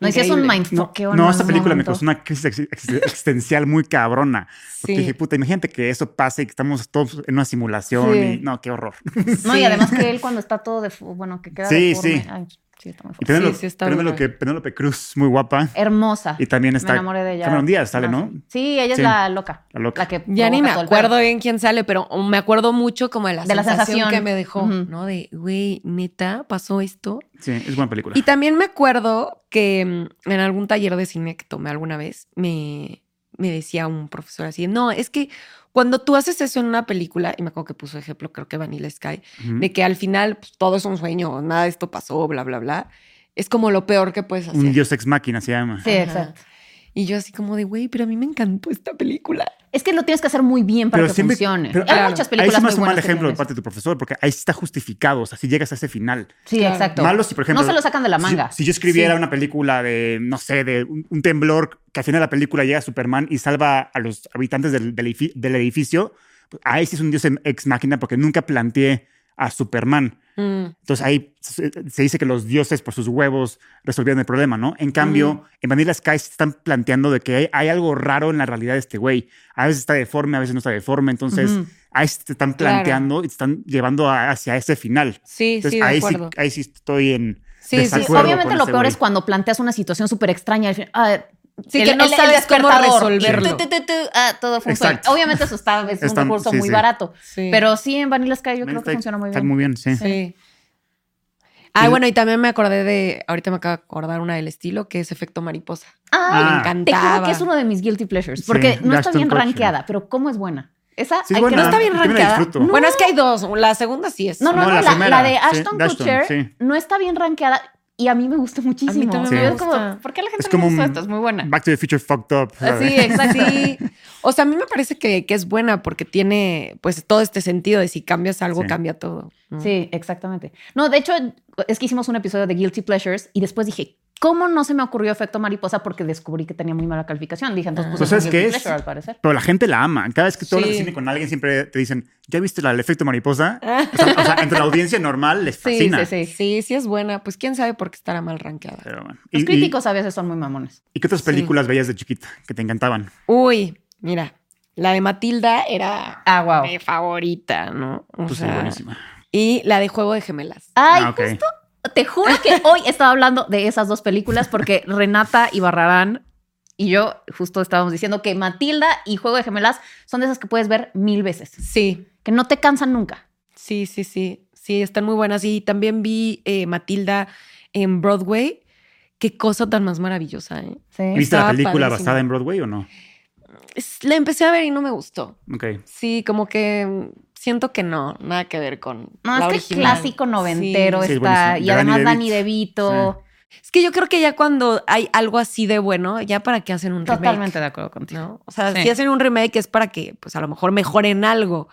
Speaker 1: No, y si es un
Speaker 2: increíble.
Speaker 3: No,
Speaker 1: mindfuckeo.
Speaker 3: no,
Speaker 1: en
Speaker 3: esta
Speaker 1: algún
Speaker 3: película me
Speaker 1: momento.
Speaker 3: causó una crisis ex- ex- existencial muy cabrona. Porque
Speaker 2: Sí.
Speaker 3: dije, puta, imagínate que eso pase y que estamos todos en una simulación
Speaker 2: Sí.
Speaker 3: y no, qué horror.
Speaker 1: No,
Speaker 2: pues, Sí.
Speaker 1: y además que él cuando está todo de... fu- Bueno, que queda
Speaker 3: Sí,
Speaker 1: deforme.
Speaker 3: sí.
Speaker 1: Ay, sí, está muy
Speaker 3: Y
Speaker 1: fuerte.
Speaker 3: Penélope,
Speaker 2: sí está
Speaker 3: Penélope
Speaker 2: horrible.
Speaker 3: que- Penélope Cruz, muy guapa.
Speaker 1: Hermosa.
Speaker 3: Y también
Speaker 1: Me
Speaker 3: está
Speaker 1: enamoré de ella.
Speaker 3: Cameron Díaz, sale,
Speaker 1: Ah,
Speaker 3: ¿no?
Speaker 1: Sí, ella es
Speaker 3: Sí.
Speaker 1: la loca.
Speaker 3: La loca.
Speaker 1: que
Speaker 2: Ya ni me
Speaker 1: provoca todo el
Speaker 2: acuerdo
Speaker 1: pedo.
Speaker 2: bien quién sale, pero me acuerdo mucho como de la,
Speaker 1: De la
Speaker 2: sensación,
Speaker 1: sensación.
Speaker 2: que me dejó,
Speaker 1: Ujú.
Speaker 2: ¿no? De, güey, neta, pasó esto.
Speaker 3: Sí, es buena película.
Speaker 2: Y también me acuerdo que mm, en algún taller de cine que tomé alguna vez, me, me decía un profesor así, no, es que cuando tú haces eso en una película, y me acuerdo que puso ejemplo, creo que Vanilla Sky,
Speaker 3: Ujú.
Speaker 2: de que al final pues, todo es un sueño, nada de esto pasó, bla, bla, bla, es como lo peor que puedes hacer.
Speaker 3: Un dios ex máquina se llama.
Speaker 1: Sí,
Speaker 2: Ajá.
Speaker 1: exacto.
Speaker 2: Y yo así como de, güey, pero a mí me encantó esta película.
Speaker 1: Es que lo tienes que hacer muy bien para
Speaker 3: Pero
Speaker 1: que
Speaker 3: siempre-
Speaker 1: funcione.
Speaker 3: pero-
Speaker 1: Hay
Speaker 2: claro.
Speaker 1: muchas
Speaker 3: Ahí
Speaker 1: películas
Speaker 3: sí me
Speaker 1: muy
Speaker 3: hace un mal
Speaker 1: buenas que
Speaker 3: ejemplo de
Speaker 1: tienen
Speaker 3: parte de tu profesor, porque ahí sí está justificado. O sea, si llegas a ese final.
Speaker 1: eso. Sí,
Speaker 2: Claro.
Speaker 1: exacto.
Speaker 3: Malo si, por ejemplo.
Speaker 1: no se lo sacan de la manga.
Speaker 3: Si, si yo escribiera
Speaker 2: Sí.
Speaker 3: una película de, no sé, de un, un temblor, que al final de la película llega Superman y salva a los habitantes del, del edifi- del edificio, pues, ahí sí es un dios em- ex máquina porque nunca planteé a Superman.
Speaker 2: Mm.
Speaker 3: Entonces ahí se se dice que los dioses por sus huevos resolvieron el problema, ¿no? En cambio,
Speaker 2: Ujú.
Speaker 3: en Vanilla Sky se están planteando de que hay, hay algo raro en la realidad de este güey. A veces está deforme, a veces no está deforme. Entonces
Speaker 1: Ujú.
Speaker 3: ahí se te están
Speaker 2: Claro.
Speaker 3: planteando y te están llevando a- hacia ese final.
Speaker 2: Sí,
Speaker 3: Entonces
Speaker 2: sí, de
Speaker 3: ahí, sí,
Speaker 2: acuerdo.
Speaker 3: ahí sí estoy en...
Speaker 2: Sí, sí,
Speaker 1: Sí,
Speaker 3: desacuerdo
Speaker 1: obviamente
Speaker 3: con
Speaker 1: lo
Speaker 3: ese
Speaker 1: peor
Speaker 3: güey.
Speaker 1: es cuando planteas una situación súper extraña. al fin- ah,
Speaker 2: Sí, que no sabes cómo
Speaker 1: despertador. Tu,
Speaker 2: resolverlo.
Speaker 1: tu, tu, tu, ah, todo funciona.
Speaker 3: Exacto.
Speaker 1: Obviamente eso está, es un
Speaker 3: Está-
Speaker 1: recurso
Speaker 3: sí,
Speaker 1: muy
Speaker 3: sí.
Speaker 1: barato.
Speaker 2: Sí.
Speaker 1: Pero sí, en Vanilla Sky yo
Speaker 3: También
Speaker 1: creo que
Speaker 3: está-
Speaker 1: funciona muy
Speaker 3: está
Speaker 1: bien.
Speaker 3: muy bien, sí.
Speaker 2: Sí. Ah,
Speaker 3: Eso-
Speaker 2: bueno, y también me acordé de, ahorita me acabo de acordar una del estilo, que es efecto mariposa.
Speaker 1: Ay,
Speaker 3: Ah.
Speaker 2: me
Speaker 1: Te
Speaker 2: encantaba.
Speaker 1: juro que es uno de mis guilty pleasures.
Speaker 3: Sí,
Speaker 1: Porque no
Speaker 3: de
Speaker 1: está
Speaker 3: Ashton
Speaker 1: bien
Speaker 3: Kutcher.
Speaker 1: rankeada, pero cómo es buena. Esa
Speaker 3: Sí,
Speaker 1: hay
Speaker 3: buena.
Speaker 1: que
Speaker 2: No está bien
Speaker 3: Yo me la
Speaker 2: rankeada.
Speaker 3: disfruto.
Speaker 2: Bueno, es que hay dos. La segunda sí es.
Speaker 1: No, no,
Speaker 3: No,
Speaker 1: no,
Speaker 3: la
Speaker 1: la,
Speaker 3: primera,
Speaker 1: la de
Speaker 3: sí,
Speaker 1: Ashton
Speaker 3: de Ashton,
Speaker 1: Kutcher
Speaker 3: sí.
Speaker 1: no está bien rankeada y a mí me gusta muchísimo.
Speaker 2: también
Speaker 3: me
Speaker 1: Yo es
Speaker 2: gusta.
Speaker 1: como, ¿por qué la gente
Speaker 3: Es como
Speaker 1: no le gusta
Speaker 3: un-
Speaker 1: esto? Es muy buena.
Speaker 3: Back to the Future fucked up.
Speaker 2: Ah, Sí, exacto. Sí. O sea, a mí me parece que, que es buena porque tiene pues todo este sentido de si cambias algo,
Speaker 3: Sí.
Speaker 2: cambia todo. ¿no?
Speaker 1: Sí, exactamente. No, de hecho, es que hicimos un episodio de Guilty Pleasures y después dije, ¿Cómo no se me ocurrió efecto mariposa? Porque descubrí que tenía muy mala calificación. Dije, entonces,
Speaker 3: Pues,
Speaker 1: un
Speaker 3: ¿sabes
Speaker 1: guilty
Speaker 3: qué es?
Speaker 1: pleasure, al parecer.
Speaker 3: Pero la gente la ama. Cada vez que tú hablas de
Speaker 2: Sí.
Speaker 3: cine con alguien, siempre te dicen, ¿ya viste la del efecto mariposa? O sea, o sea, entre la audiencia normal les
Speaker 1: Sí,
Speaker 3: fascina.
Speaker 1: sí, sí.
Speaker 2: Sí, sí es buena. Pues quién sabe por qué estará mal rankeada.
Speaker 3: Pero bueno.
Speaker 1: Los
Speaker 3: ¿Y- y-
Speaker 1: críticos a veces son muy mamones.
Speaker 3: ¿Y qué otras películas veías de chiquita que te encantaban?
Speaker 2: Uy, mira, la de Matilda era
Speaker 1: Ah, wow.
Speaker 2: mi favorita, ¿no? O
Speaker 3: Pues sí,
Speaker 2: sea,
Speaker 3: buenísima.
Speaker 2: y la de Juego de Gemelas.
Speaker 1: Ay,
Speaker 3: Ah, ok.
Speaker 1: justo. Te juro que hoy estaba hablando de esas dos películas porque Renata y Barrarán y yo justo estábamos diciendo que Matilda y Juego de Gemelas son de esas que puedes ver mil veces,
Speaker 2: Sí,
Speaker 1: que no te cansan nunca.
Speaker 2: sí, sí, sí. Sí, están muy buenas. Y también vi eh, Matilda en Broadway. Qué cosa tan más maravillosa, ¿eh?
Speaker 1: Sí.
Speaker 3: ¿Viste la
Speaker 2: estaba
Speaker 3: película
Speaker 2: padrísima.
Speaker 3: basada en Broadway o no?
Speaker 2: Es- La empecé a ver y no me gustó.
Speaker 3: Ok.
Speaker 2: Sí, como que mm, siento que no, nada que ver con
Speaker 1: No,
Speaker 2: la
Speaker 1: es que
Speaker 2: original.
Speaker 1: clásico noventero
Speaker 3: Sí, es
Speaker 1: está.
Speaker 3: buenísimo.
Speaker 1: y
Speaker 3: De
Speaker 1: además Dani
Speaker 3: Danny
Speaker 1: DeVito.
Speaker 3: DeVito.
Speaker 2: Sí. Es que yo creo que ya cuando hay algo así de bueno, ya para qué hacen un remake.
Speaker 1: Totalmente de acuerdo contigo.
Speaker 2: ¿no? O sea,
Speaker 1: Sí.
Speaker 2: si hacen un remake es para que, pues a lo mejor mejoren algo,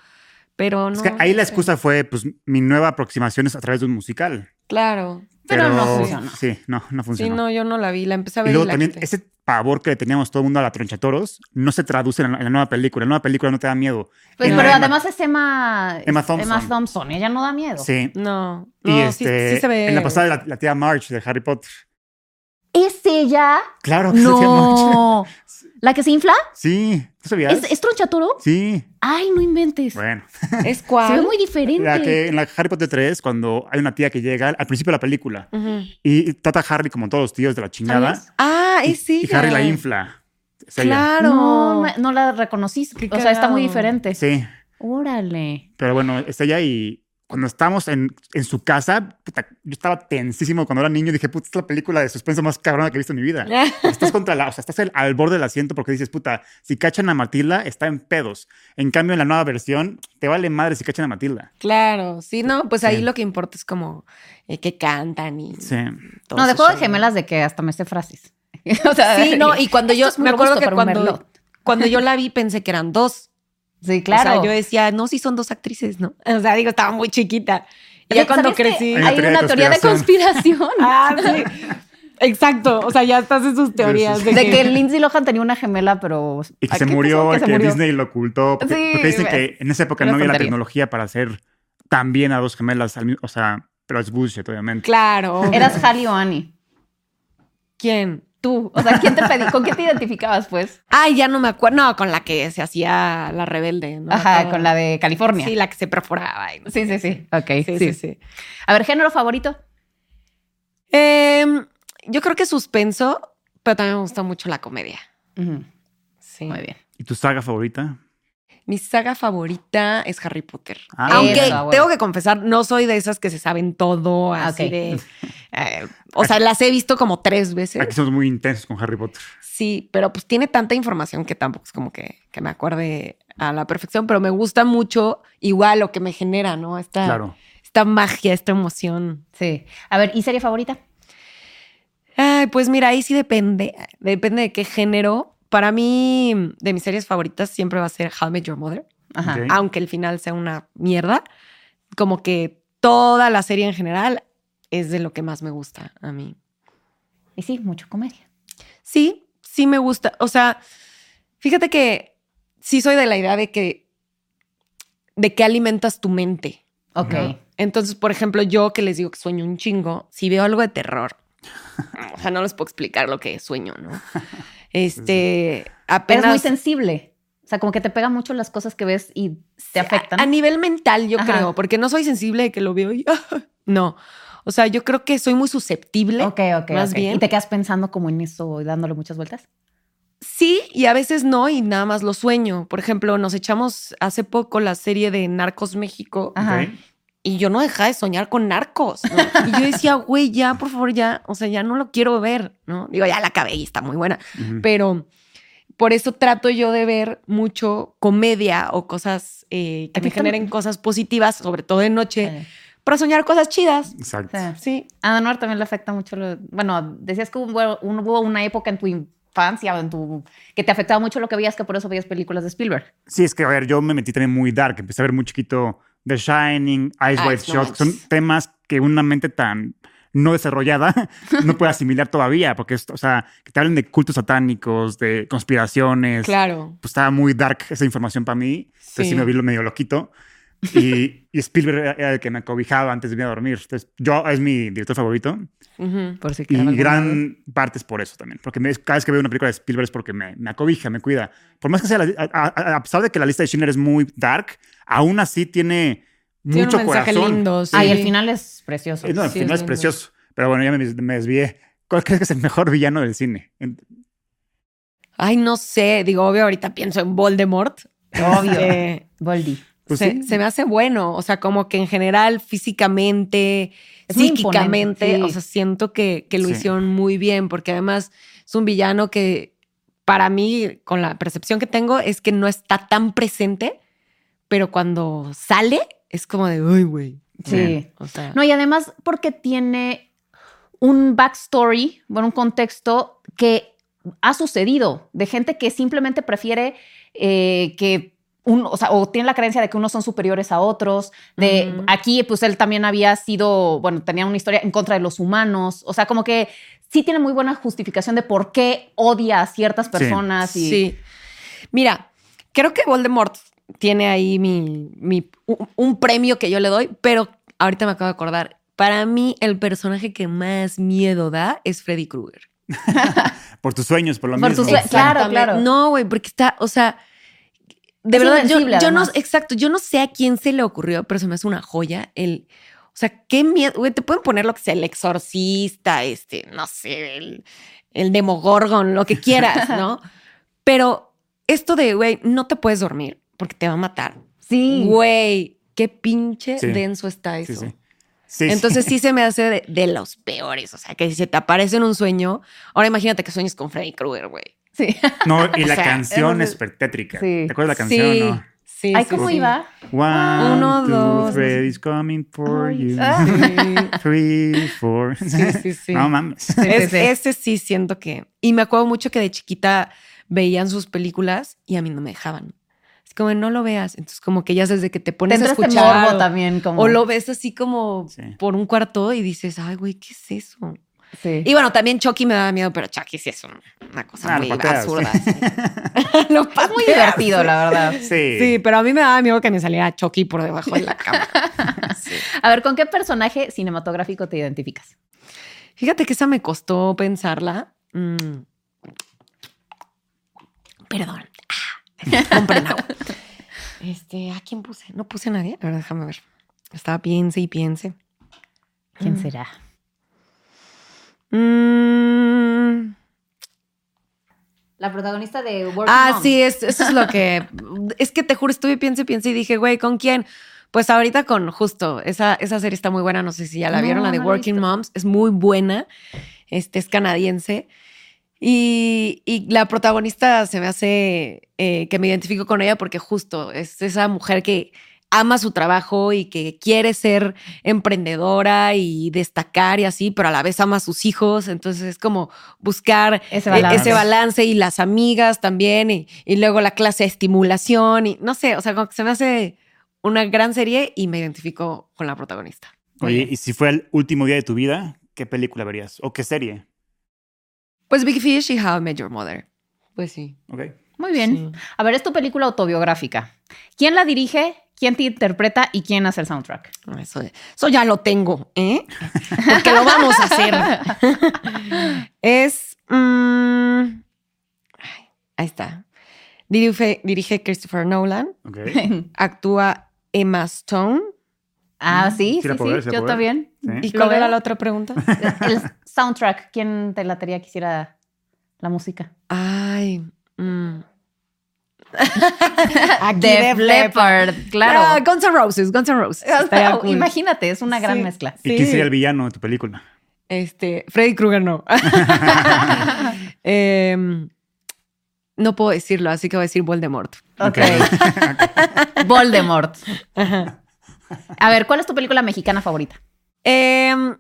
Speaker 2: pero no.
Speaker 3: es que ahí la excusa fue, pues, mi nueva aproximación es a través de un musical.
Speaker 2: Claro.
Speaker 1: Pero no funcionó.
Speaker 3: Sí, no, no
Speaker 2: Sí,
Speaker 3: funcionó.
Speaker 2: no, yo no la vi, la empecé a
Speaker 3: y
Speaker 2: ver.
Speaker 3: luego
Speaker 2: la
Speaker 3: también
Speaker 2: quité.
Speaker 3: ese pavor que le teníamos todo el mundo a la tronchatoros no se traduce en la, en la nueva película. La nueva película no te da miedo.
Speaker 1: Pues,
Speaker 3: Emma-
Speaker 1: pero
Speaker 3: Emma-
Speaker 1: además es Emma,
Speaker 3: Emma
Speaker 1: es
Speaker 3: Thompson.
Speaker 1: Emma Thompson. Ella no da miedo.
Speaker 3: Sí.
Speaker 2: No,
Speaker 3: Y
Speaker 2: no, sí-
Speaker 3: este,
Speaker 2: sí, se ve.
Speaker 3: en la pasada de la, la tía March de Harry Potter.
Speaker 1: ¿Es ella?
Speaker 3: Claro que es la tía March.
Speaker 1: No. ¿La que se infla?
Speaker 3: Sí. ¿Tú sabías?
Speaker 1: ¿Es, es tronchatoro?
Speaker 3: Sí.
Speaker 1: Ay, no inventes.
Speaker 3: Bueno.
Speaker 2: ¿Es
Speaker 1: Se ve
Speaker 2: cuál?
Speaker 1: muy diferente.
Speaker 3: La que en la Harry Potter 3, cuando hay una tía que llega al principio de la película
Speaker 2: Ujú.
Speaker 3: y trata a Harry como todos los tíos de la chingada.
Speaker 1: ¿Sabías?
Speaker 2: Ah,
Speaker 3: y-
Speaker 2: es ella.
Speaker 3: Y Harry la infla. Es ella.
Speaker 2: Claro.
Speaker 1: No, me- no la reconocí.
Speaker 2: Qué
Speaker 1: o sea, está muy
Speaker 2: cagado.
Speaker 1: diferente.
Speaker 3: Sí.
Speaker 1: Órale.
Speaker 3: Pero bueno, es ella y cuando estábamos en, en su casa, puta, yo estaba tensísimo cuando era niño. Dije, puta, es la película de suspenso más cabrona que he visto en mi vida. Estás contra la, o sea, estás al, al borde del asiento porque dices, puta, si cachan a Matilda, está en pedos. En cambio, en la nueva versión, te vale madre si cachan a Matilda.
Speaker 2: claro, sí, no, pues ahí
Speaker 3: Sí.
Speaker 2: lo que importa es como eh, que cantan y
Speaker 3: Sí.
Speaker 2: todo
Speaker 1: No, de
Speaker 2: ese
Speaker 1: juego de
Speaker 2: show.
Speaker 1: gemelas de que hasta me sé frases. o sea,
Speaker 2: Sí, no, y cuando yo
Speaker 1: esto es muy
Speaker 2: me acuerdo
Speaker 1: robusto
Speaker 2: que
Speaker 1: para un
Speaker 2: cuando,
Speaker 1: merlot.
Speaker 2: cuando yo la vi pensé que eran dos.
Speaker 1: Sí, claro.
Speaker 2: O sea, yo decía, no, sí son dos actrices, ¿no? O sea, digo, estaba muy chiquita. Y
Speaker 1: ¿Sabías
Speaker 2: ya cuando
Speaker 1: que
Speaker 2: crecí.
Speaker 3: Ay,
Speaker 1: Hay una teoría de conspiración.
Speaker 2: Ah, sí. Exacto. O sea, ya estás en sus teorías.
Speaker 1: De que Lindsay Lohan tenía una gemela, pero.
Speaker 3: Y que
Speaker 1: ¿a
Speaker 3: se
Speaker 1: qué
Speaker 3: murió,
Speaker 1: pasó
Speaker 3: que,
Speaker 1: se murió?
Speaker 3: Disney lo ocultó. Porque,
Speaker 1: Sí,
Speaker 3: porque dicen
Speaker 1: ves.
Speaker 3: que en esa época
Speaker 1: Una
Speaker 3: no había la
Speaker 1: tontería.
Speaker 3: tecnología para hacer tan bien a dos gemelas. al mi- O sea, pero es bullshit, obviamente.
Speaker 2: Claro. obvio.
Speaker 1: Eras Hallie o Annie.
Speaker 2: quién?
Speaker 1: Tú. O sea, ¿quién te pedí? ¿Con qué te identificabas, pues?
Speaker 2: Ay, ya no me acuerdo. No, con la que se hacía la rebelde. ¿no?
Speaker 1: Ajá,
Speaker 2: Acá-
Speaker 1: con la de California.
Speaker 2: Sí, la que se perforaba. y no sé.
Speaker 1: sí, sí. sí. Ok,
Speaker 2: Sí, sí, sí.
Speaker 1: A ver, género favorito.
Speaker 2: Em, yo creo que suspenso, pero también me gusta mucho la comedia.
Speaker 1: Ujú,
Speaker 2: Sí.
Speaker 1: Muy bien.
Speaker 3: ¿Y tu saga favorita?
Speaker 2: Mi saga favorita es Harry Potter.
Speaker 3: Ah,
Speaker 2: Aunque
Speaker 1: Eso, a huevo.
Speaker 2: tengo que confesar, no soy de esas que se saben todo, así
Speaker 1: ok.
Speaker 2: de. eh, o sea, las he visto como tres
Speaker 3: Aquí
Speaker 2: veces.
Speaker 3: somos muy intensos con Harry Potter.
Speaker 2: Sí, pero pues tiene tanta información que tampoco es como que, que me acuerde a la perfección, pero me gusta mucho igual lo que me genera, ¿no?
Speaker 1: Ah,
Speaker 2: Esta,
Speaker 3: Claro.
Speaker 2: esta magia, esta emoción.
Speaker 1: Sí. A ver, ¿y serie favorita?
Speaker 2: Ay, pues mira, ahí sí depende. Depende de qué género. Para mí, de mis series favoritas siempre va a ser How I Met Your Mother.
Speaker 1: Ajá.
Speaker 3: Ok.
Speaker 2: aunque el final sea una mierda, como que toda la serie en general es de lo que más me gusta a mí.
Speaker 1: Y sí, mucho comedia.
Speaker 2: Sí, sí me gusta. O sea, fíjate que sí soy de la idea de que de que alimentas tu mente.
Speaker 1: Ok.
Speaker 3: Ajá.
Speaker 2: Entonces, por ejemplo, yo que les digo que sueño un chingo, si veo algo de terror, o sea, no les puedo explicar lo que sueño, ¿no? Este,
Speaker 1: Eres muy
Speaker 2: apenas
Speaker 1: sensible. O sea, como que te pegan mucho las cosas que ves y te afectan.
Speaker 2: A, a nivel mental, yo
Speaker 1: Ajá.
Speaker 2: creo, porque no soy sensible de que lo veo y ah, no. O sea, yo creo que soy muy susceptible.
Speaker 1: ok, ok.
Speaker 2: más
Speaker 1: ok.
Speaker 2: bien.
Speaker 1: Y te quedas pensando como en eso y dándole muchas vueltas.
Speaker 2: Sí, y a veces no, y nada más lo sueño. Por ejemplo, nos echamos hace poco la serie de Narcos México
Speaker 1: Ajá.
Speaker 3: Ok.
Speaker 2: y yo no dejaba de soñar con narcos. ¿no? Y yo decía, güey, ya, por favor, ya, o sea, ya no lo quiero ver, ¿no? Digo, ya la acabé y está muy buena.
Speaker 3: Ujú.
Speaker 2: Pero por eso trato yo de ver mucho comedia o cosas eh, que
Speaker 1: A ti
Speaker 2: me
Speaker 1: también.
Speaker 2: generen cosas positivas, sobre todo de noche,
Speaker 1: Eh,
Speaker 2: para soñar cosas chidas.
Speaker 3: Exacto.
Speaker 1: sí.
Speaker 2: Sí,
Speaker 1: A Anuar también le afecta mucho. lo- bueno, decías que hubo, un- hubo una época en tu infancia o en tu que te afectaba mucho lo que veías, que por eso veías películas de Spielberg.
Speaker 3: Sí, es que, a ver, yo me metí también muy dark. Empecé a ver muy chiquito The Shining, Eyes
Speaker 2: Ay,
Speaker 3: Wide
Speaker 2: no
Speaker 3: Shut. que Son
Speaker 2: manches.
Speaker 3: temas que una mente tan no desarrollada no puede asimilar todavía, porque, es- o sea, que te hablen de cultos satánicos, de conspiraciones,
Speaker 2: Claro.
Speaker 3: pues estaba muy dark esa información para mí, entonces
Speaker 2: Sí.
Speaker 3: sí me vi lo medio loquito. Y, y Spielberg era- era el que me acobijaba antes de irme a dormir. Entonces, yo es mi director favorito
Speaker 2: Ujú.
Speaker 1: Por si
Speaker 3: y
Speaker 1: quedaba alguna duda.
Speaker 3: gran parte es por eso también. Porque me- cada vez que veo una película de Spielberg es porque me, me acobija, me cuida. Por más que sea, la- a, a- a pesar de que la lista de Schindler es muy dark, aún así tiene
Speaker 2: Tiene
Speaker 3: mucho
Speaker 2: un mensaje
Speaker 3: corazón.
Speaker 2: lindo. sí.
Speaker 1: Ay, el final es precioso.
Speaker 3: Eh, No, al
Speaker 2: Sí, es
Speaker 3: final es,
Speaker 2: lindo.
Speaker 3: precioso. Pero bueno, ya me, me desvié. ¿Cuál crees que es el mejor villano del cine? En-
Speaker 2: Ay, no sé. Digo, obvio, ahorita pienso en Voldemort.
Speaker 1: Obvio.
Speaker 2: Eh,
Speaker 1: Voldy.
Speaker 3: pues
Speaker 2: se,
Speaker 3: sí.
Speaker 2: se me hace bueno. O sea, como que en general, físicamente,
Speaker 1: Es muy
Speaker 2: psíquicamente,
Speaker 1: imponente, sí.
Speaker 2: o sea, siento que, que lo
Speaker 3: Sí.
Speaker 2: hicieron muy bien, porque además es un villano que para mí, con la percepción que tengo, es que no está tan presente, pero cuando sale, es como de, uy, güey.
Speaker 1: Sí.
Speaker 3: Bien.
Speaker 2: O sea,
Speaker 1: No, y además porque tiene un backstory, bueno, un contexto que ha sucedido de gente que simplemente prefiere eh, que un, o sea, o tiene la creencia de que unos son superiores a otros. De
Speaker 2: Ujú.
Speaker 1: aquí, pues él también había sido, bueno, tenía una historia en contra de los humanos. O sea, como que sí tiene muy buena justificación de por qué odia a ciertas personas. y-
Speaker 2: Sí. Mira, creo que Voldemort tiene ahí mi, mi- un, un premio que yo le doy, pero ahorita me acabo de acordar. Para mí, el personaje que más miedo da es Freddy Krueger.
Speaker 3: Por tus sueños, por lo
Speaker 1: Por
Speaker 3: mismo.
Speaker 1: tus sue- claro.
Speaker 2: Exactamente. No, güey, porque está, o sea, de
Speaker 1: Es
Speaker 2: verdad, yo,
Speaker 1: invencible,
Speaker 2: yo no,
Speaker 1: además.
Speaker 2: exacto, yo no sé a quién se le ocurrió, pero se me hace una joya el, o sea, qué miedo, güey, te pueden poner lo que sea, el exorcista, este, no sé, el, el demogorgon, lo que quieras, ¿no? Pero esto de, güey, no te puedes dormir porque te va a matar.
Speaker 1: Sí.
Speaker 2: Güey, qué pinche
Speaker 3: Sí.
Speaker 2: denso está eso.
Speaker 3: Sí, sí. Sí, sí.
Speaker 2: Entonces sí se me hace de, de los peores, o sea, que si se te aparece en un sueño, ahora imagínate que sueñes con Freddy Krueger, güey.
Speaker 1: Sí.
Speaker 3: No, y
Speaker 2: O
Speaker 3: la
Speaker 2: sea,
Speaker 3: canción
Speaker 2: es-
Speaker 3: es súper tétrica.
Speaker 1: Sí.
Speaker 3: ¿Te acuerdas de la canción?
Speaker 2: Sí,
Speaker 3: no?
Speaker 2: sí,
Speaker 1: Ay,
Speaker 2: sí,
Speaker 1: ¿cómo
Speaker 2: sí.
Speaker 1: iba?
Speaker 3: One,
Speaker 2: Uno,
Speaker 3: two,
Speaker 2: dos.
Speaker 3: Freddy's coming for
Speaker 1: Ay,
Speaker 3: you.
Speaker 1: ah.
Speaker 3: Three, four.
Speaker 2: Sí, sí, sí.
Speaker 3: No mames.
Speaker 2: Es-
Speaker 1: sí.
Speaker 2: Ese sí siento que. Y me acuerdo mucho que de chiquita veían sus películas y a mí no me dejaban. Es como, no lo veas. Entonces, como que ya desde que te
Speaker 1: Te
Speaker 2: pones a
Speaker 1: entra este
Speaker 2: escuchar.
Speaker 1: morbo
Speaker 2: o-
Speaker 1: también. Como,
Speaker 2: o lo ves así como
Speaker 3: Sí.
Speaker 2: por un cuarto y dices, ay, güey, ¿qué es eso?
Speaker 1: Sí.
Speaker 2: Y bueno, también Chucky me daba miedo, pero Chucky sí es un- una cosa
Speaker 3: Ah,
Speaker 2: muy
Speaker 3: lo pateas.
Speaker 2: absurda. sí. Lo
Speaker 1: es muy
Speaker 2: pateas.
Speaker 1: divertido, la verdad.
Speaker 3: Sí.
Speaker 2: Sí, pero a mí me daba miedo que me saliera Chucky por debajo de la cama. Sí.
Speaker 1: A ver, ¿con qué personaje cinematográfico te identificas?
Speaker 2: Fíjate que esa me costó pensarla. Mm. Perdón. Ah, compren agua. Este, ¿a quién puse? No puse a nadie. A ver, déjame ver. Estaba piense y piense.
Speaker 1: ¿Quién
Speaker 2: Mm.
Speaker 1: será?
Speaker 2: Mm.
Speaker 1: La protagonista de Working
Speaker 2: Ah, sí, es- eso es lo que. Es que te juro, estuve piense y piense y dije, güey, ¿con quién? Pues ahorita con justo, esa, esa serie está muy buena, no sé si ya la
Speaker 1: No,
Speaker 2: vieron, la de
Speaker 1: no la he
Speaker 2: Working
Speaker 1: visto.
Speaker 2: Moms, es muy buena, este es canadiense. Y, y la protagonista se me hace eh, que me identifico con ella porque justo es esa mujer que ama su trabajo y que quiere ser emprendedora y destacar y así, pero a la vez ama a sus hijos, entonces es como buscar
Speaker 1: Ese
Speaker 2: e-
Speaker 1: balance.
Speaker 2: ese balance y las amigas también y, y luego la clase de estimulación y no sé, o sea, como que se me hace una gran serie y me identifico con la protagonista.
Speaker 3: Oye, y si fue el último día de tu vida, ¿qué película verías? ¿O qué serie?
Speaker 2: Pues Big Fish y How I Met Your Mother. Pues sí.
Speaker 3: Ok.
Speaker 1: Muy bien. A ver, es tu película autobiográfica. ¿Quién la dirige? ¿Quién te interpreta? ¿Y quién hace el soundtrack?
Speaker 2: No, Eso, eso ya lo tengo, ¿eh? Porque lo vamos a hacer. es. mm, ay, ahí está. Dirige, dirige Christopher Nolan.
Speaker 3: Ok.
Speaker 2: Actúa Emma Stone.
Speaker 1: ah, sí,
Speaker 3: Sí
Speaker 1: sí,
Speaker 3: la
Speaker 1: sí.
Speaker 3: puedo ver, sí la
Speaker 1: Yo
Speaker 3: puedo ver.
Speaker 1: también.
Speaker 2: ¿Y
Speaker 1: ¿Lo
Speaker 2: cuál era
Speaker 1: veo?
Speaker 2: la otra pregunta?
Speaker 1: El soundtrack, ¿quién te latería que hiciera la música?
Speaker 2: Ay. mm.
Speaker 1: Def
Speaker 2: Def Leppard. Ah,
Speaker 1: claro.
Speaker 2: Guns N' Roses, Guns N' Roses. Estaría cool.
Speaker 1: Imagínate, es una gran
Speaker 2: Sí.
Speaker 1: mezcla.
Speaker 3: ¿Y quién sería el villano de tu película?
Speaker 2: Este, Freddy Krueger no. Em, no puedo decirlo, así que voy a decir Voldemort.
Speaker 1: Ok.
Speaker 3: Ok.
Speaker 1: Voldemort. A ver, ¿cuál es tu película mexicana favorita?
Speaker 2: Em,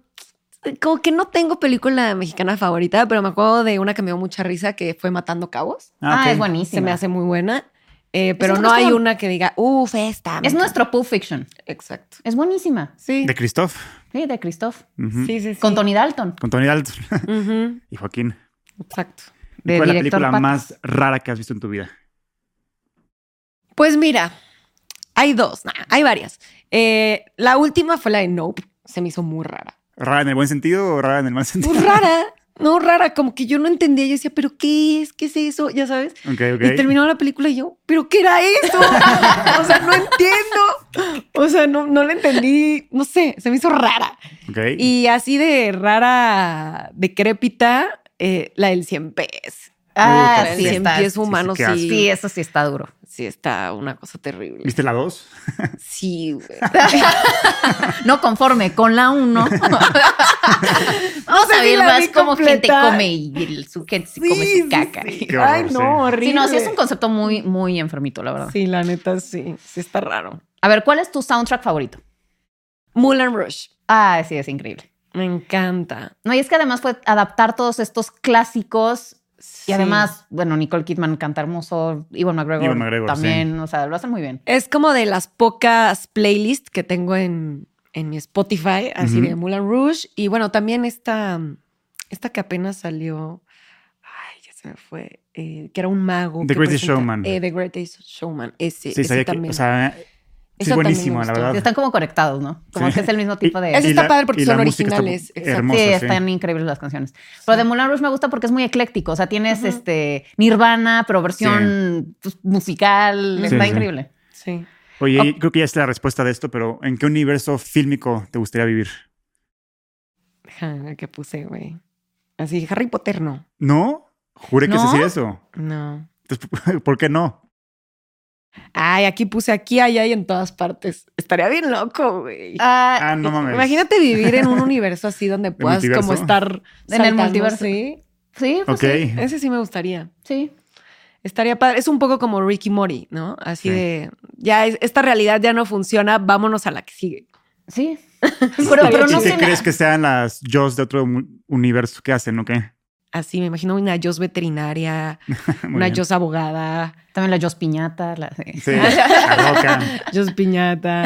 Speaker 2: como que no tengo película mexicana favorita, pero me acuerdo de una que me dio mucha risa que fue Matando Cabos.
Speaker 1: Ah,
Speaker 3: ok.
Speaker 1: es
Speaker 2: Se me
Speaker 1: buenísima.
Speaker 2: hace muy buena, eh, pero
Speaker 1: una que
Speaker 2: no
Speaker 1: es
Speaker 2: hay
Speaker 1: como-
Speaker 2: una que diga, uff, esta. me
Speaker 1: Es
Speaker 2: encanta".
Speaker 1: nuestro Pulp Fiction.
Speaker 2: Exacto.
Speaker 1: Es buenísima.
Speaker 2: Sí.
Speaker 3: De Christoph.
Speaker 1: Sí, de Christoph.
Speaker 3: Ujú.
Speaker 2: Sí, sí, sí.
Speaker 1: Con Tony Dalton,
Speaker 3: Con Tony Dalton
Speaker 2: Ujú,
Speaker 3: y Joaquín.
Speaker 2: Exacto.
Speaker 1: de
Speaker 3: ¿Cuál es la
Speaker 1: director
Speaker 3: película
Speaker 1: Pat-
Speaker 3: más rara que has visto en tu vida?
Speaker 2: Pues mira, hay dos, nah, hay varias. Eh, la última fue la de Nope. Se me hizo muy rara.
Speaker 3: ¿Rara en el buen sentido o rara en el mal sentido?
Speaker 2: Muy rara. No, rara, como que yo no entendía. Yo decía, ¿pero qué es? ¿Qué es eso? Ya sabes.
Speaker 3: Ok, ok.
Speaker 2: Y terminó la película y yo, ¿pero qué era eso? o sea, no entiendo. O sea, no, no la entendí. No sé, se me hizo rara.
Speaker 3: Ok.
Speaker 2: Y así de rara, decrépita, eh, la del 100 pies.
Speaker 1: Ah,
Speaker 3: Puta,
Speaker 2: el
Speaker 1: sí,
Speaker 3: sí.
Speaker 2: 100
Speaker 1: está.
Speaker 2: pies
Speaker 1: Sí,
Speaker 2: humano,
Speaker 3: qué
Speaker 2: sí,
Speaker 3: asco.
Speaker 2: sí,
Speaker 1: eso sí está duro.
Speaker 2: está una cosa terrible.
Speaker 3: ¿Viste la 2?
Speaker 2: Sí, güey.
Speaker 1: No conforme con la uno. Vamos
Speaker 2: sé
Speaker 1: a
Speaker 2: si
Speaker 1: ver
Speaker 2: la
Speaker 1: más
Speaker 2: vi
Speaker 1: cómo gente
Speaker 2: completa.
Speaker 1: come y el- su gente se
Speaker 2: Sí,
Speaker 1: come
Speaker 2: sí,
Speaker 1: su caca.
Speaker 2: sí.
Speaker 3: Qué
Speaker 2: Ay,
Speaker 3: horror,
Speaker 2: no,
Speaker 3: sí.
Speaker 2: horrible.
Speaker 1: Sí, no, sí es un concepto muy, muy enfermito, la verdad.
Speaker 2: Sí, la neta, sí. Sí está raro.
Speaker 1: A ver, ¿cuál es tu soundtrack favorito?
Speaker 2: Mulan Rush.
Speaker 1: Ah, sí, es increíble.
Speaker 2: Me encanta.
Speaker 1: No, y es que además fue adaptar todos estos clásicos y
Speaker 2: Sí.
Speaker 1: además, bueno, Nicole Kidman canta hermoso, Iwan McGregor,
Speaker 3: Ewan McGregor,
Speaker 1: también, o sea, lo hacen muy bien.
Speaker 2: Es como de las pocas playlists que tengo en, en mi Spotify, así
Speaker 3: Ujú.
Speaker 2: de Mulan Rouge. Y bueno, también esta, esta que apenas salió. Ay, ya se me fue. eh, que era un mago.
Speaker 3: The
Speaker 2: que
Speaker 3: Greatest
Speaker 2: presenta-
Speaker 3: Showman.
Speaker 2: eh, The Greatest Showman. Ese,
Speaker 3: Sí,
Speaker 2: ese
Speaker 3: sabía que.
Speaker 2: también.
Speaker 3: O sea, sí
Speaker 2: Eso
Speaker 3: es
Speaker 2: también
Speaker 3: buenísimo,
Speaker 2: me
Speaker 3: la
Speaker 2: gustó.
Speaker 3: verdad.
Speaker 1: Están como conectados, ¿no? Como
Speaker 3: Sí.
Speaker 1: que es el mismo tipo
Speaker 3: Y-
Speaker 1: de...
Speaker 2: Ese
Speaker 3: y
Speaker 2: está
Speaker 3: la-
Speaker 2: padre porque
Speaker 3: y la
Speaker 2: son
Speaker 3: música está
Speaker 2: originales, exacto.
Speaker 3: Hermosa,
Speaker 1: Sí,
Speaker 3: sí.
Speaker 1: están increíbles las canciones. Pero de Mulan Rush me gusta porque es muy ecléctico. O sea, tienes
Speaker 2: Ujú.
Speaker 1: este Nirvana, pero versión pues, musical.
Speaker 2: Sí,
Speaker 1: Está
Speaker 3: sí.
Speaker 1: increíble.
Speaker 2: Sí.
Speaker 3: Oye, y creo que ya es la respuesta de esto, pero ¿en qué universo fílmico te gustaría vivir?
Speaker 2: Déjame ver qué puse, güey. Así, Harry Potter no.
Speaker 3: ¿No? Jure que es
Speaker 1: ¿No?
Speaker 3: decir eso.
Speaker 2: No.
Speaker 3: Entonces, ¿por qué no?
Speaker 2: Ay, aquí puse aquí, allá y en todas partes. Estaría bien loco, güey.
Speaker 1: Ah,
Speaker 3: Ah, no mames.
Speaker 2: Imagínate vivir en un universo así donde puedas
Speaker 3: multiverso?
Speaker 2: como estar
Speaker 1: En el
Speaker 2: saltando,
Speaker 1: multiverso.
Speaker 2: Sí,
Speaker 1: sí, pues
Speaker 3: Ok.
Speaker 1: sí,
Speaker 2: ese sí me gustaría.
Speaker 1: sí.
Speaker 2: Estaría padre. Es un poco como Ricky Mori, ¿no? Así
Speaker 3: Sí.
Speaker 2: de ya es- esta realidad ya no funciona, vámonos a la que sigue.
Speaker 1: Sí. Pero, pero no
Speaker 3: ¿Y qué
Speaker 1: sé.
Speaker 3: crees que sean las Jaws de otro mu- universo que hacen o qué?
Speaker 2: Así me imagino una Jos veterinaria,
Speaker 3: Muy
Speaker 2: una
Speaker 3: bien.
Speaker 2: Jos abogada,
Speaker 1: También la Jos Piñata. la- sí.
Speaker 3: Sí, la roca.
Speaker 2: Jos piñata.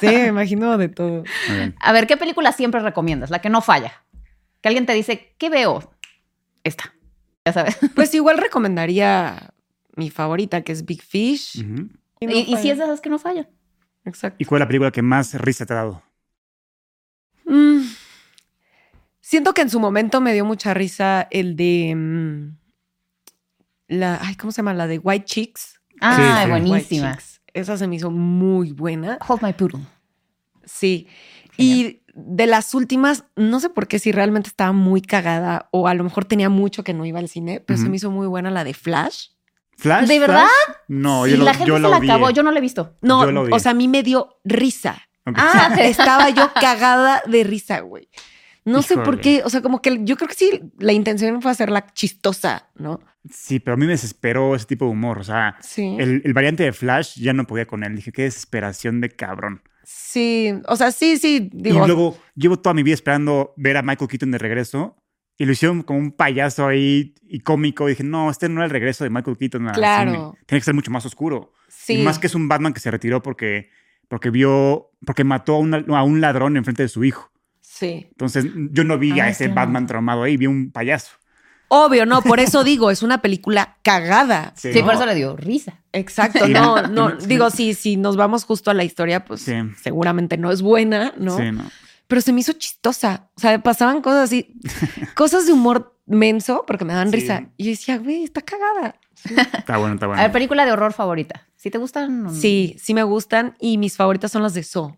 Speaker 2: Sí, me imagino de todo.
Speaker 3: Muy bien.
Speaker 1: A ver, ¿qué película siempre recomiendas? La que no falla. Que alguien te dice, ¿qué veo? Esta. Ya sabes.
Speaker 2: Pues igual recomendaría mi favorita que es Big Fish.
Speaker 3: Ujú.
Speaker 1: Y, y si es de esas que no fallan.
Speaker 2: Exacto.
Speaker 3: ¿Y cuál es la película que más risa te ha dado?
Speaker 2: Mm. Siento que en su momento me dio mucha risa el de. mm, la, ay, ¿cómo se llama? La de White Chicks.
Speaker 1: Ah,
Speaker 3: sí.
Speaker 2: White
Speaker 1: buenísima.
Speaker 2: Chicks. Esa se me hizo muy buena.
Speaker 1: Hold My Poodle.
Speaker 2: Sí. Y de las últimas, no sé por qué, si realmente estaba muy cagada o a lo mejor tenía mucho que no iba al cine, pero se
Speaker 3: Ujú.
Speaker 2: me hizo muy buena la de Flash.
Speaker 3: ¿Flash?
Speaker 1: ¿De verdad?
Speaker 3: Flash? No,
Speaker 1: Sí,
Speaker 3: yo, lo,
Speaker 1: la gente
Speaker 3: yo
Speaker 1: se
Speaker 3: la
Speaker 1: la
Speaker 3: odié.
Speaker 1: acabó. Yo no la he visto.
Speaker 2: No,
Speaker 3: Yo la odié.
Speaker 2: o sea, a mí me dio risa.
Speaker 3: Ok.
Speaker 1: Ah, te-
Speaker 2: Estaba yo cagada de risa, güey. No sé por
Speaker 3: Híjole.
Speaker 2: qué, o sea, como que yo creo que sí, la intención fue hacerla chistosa, ¿no?
Speaker 3: Sí, pero a mí me desesperó ese tipo de humor. O sea,
Speaker 2: Sí.
Speaker 3: el, el variante de Flash ya no podía con él. Dije, qué desesperación de cabrón.
Speaker 2: Sí, o sea, sí, sí, digo.
Speaker 3: y luego llevo toda mi vida esperando ver a Michael Keaton de regreso. Y lo hicieron como un payaso ahí y cómico. Y dije, no, este no era el regreso de Michael Keaton. al
Speaker 2: Claro.
Speaker 3: cine. Tiene que ser mucho más oscuro.
Speaker 2: sí.
Speaker 3: Y más que es un Batman que se retiró porque, porque vio, porque mató a, una- a un ladrón enfrente de su hijo.
Speaker 2: Sí.
Speaker 3: Entonces yo no vi a
Speaker 1: Ay,
Speaker 3: ese
Speaker 1: claro.
Speaker 3: Batman traumado ahí, vi un payaso.
Speaker 2: Obvio, no, por eso digo, es una película cagada.
Speaker 3: Sí,
Speaker 1: Sí,
Speaker 3: ¿no?
Speaker 1: por eso le dio risa.
Speaker 2: Exacto,
Speaker 3: Sí.
Speaker 2: no, no,
Speaker 3: Sí.
Speaker 2: digo, sí, si nos vamos justo a la historia, pues
Speaker 3: Sí.
Speaker 2: seguramente no es buena, ¿no?
Speaker 3: Sí, no.
Speaker 2: Pero se me hizo chistosa, o sea, pasaban cosas así, cosas de humor menso, porque me daban
Speaker 3: Sí.
Speaker 2: risa. Y yo decía, güey, está cagada.
Speaker 3: Está bueno, está bueno.
Speaker 1: A ver, película de horror favorita. Si te gustan.
Speaker 3: Mm.
Speaker 1: o no?
Speaker 2: Sí, sí me gustan y mis favoritas son las de So.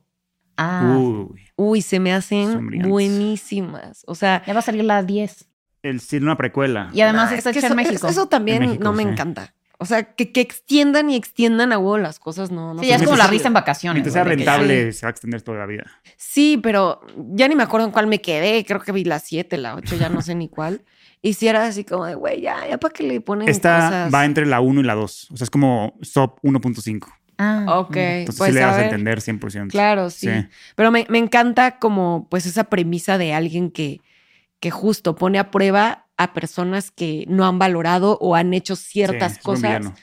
Speaker 1: Ah.
Speaker 3: Uy,
Speaker 2: Uy, se me
Speaker 3: Son
Speaker 2: hacen
Speaker 3: brillantes.
Speaker 2: buenísimas. O sea,
Speaker 1: Ya va a salir la 10.
Speaker 3: el cine una precuela.
Speaker 1: Y además
Speaker 2: Ah,
Speaker 1: está
Speaker 2: es que
Speaker 1: hecha en
Speaker 2: eso-
Speaker 1: México.
Speaker 2: Eso también
Speaker 3: En México,
Speaker 2: no me
Speaker 3: sí.
Speaker 2: encanta. O sea, que, que extiendan y extiendan a huevo las cosas, no, no
Speaker 1: sí,
Speaker 2: sé.
Speaker 1: ya es
Speaker 3: Sí,
Speaker 1: como
Speaker 3: sí,
Speaker 1: la
Speaker 3: sí.
Speaker 1: risa en vacaciones.
Speaker 3: Mientras sea
Speaker 1: güey, de que-
Speaker 3: rentable, se va a extender toda la vida.
Speaker 2: Sí, pero ya ni me acuerdo en cuál me quedé. Creo que vi la 7, la 8, ya no sé ni cuál. Y si era así como de, güey, ya, ya para que le ponen
Speaker 3: Esta
Speaker 2: cosas.
Speaker 3: va entre la 1 y la 2. O sea, es como SOP 1.5.
Speaker 1: Ah,
Speaker 2: Ok,
Speaker 1: mira.
Speaker 3: Entonces
Speaker 2: pues
Speaker 3: sí le
Speaker 2: a
Speaker 3: vas a
Speaker 2: ver.
Speaker 3: entender 100%.
Speaker 2: Claro, sí.
Speaker 3: Sí.
Speaker 2: Pero me, me encanta como pues esa premisa de alguien que, que justo pone a prueba a personas que no han valorado o han hecho ciertas
Speaker 3: Sí, es buen
Speaker 2: cosas.
Speaker 3: villano.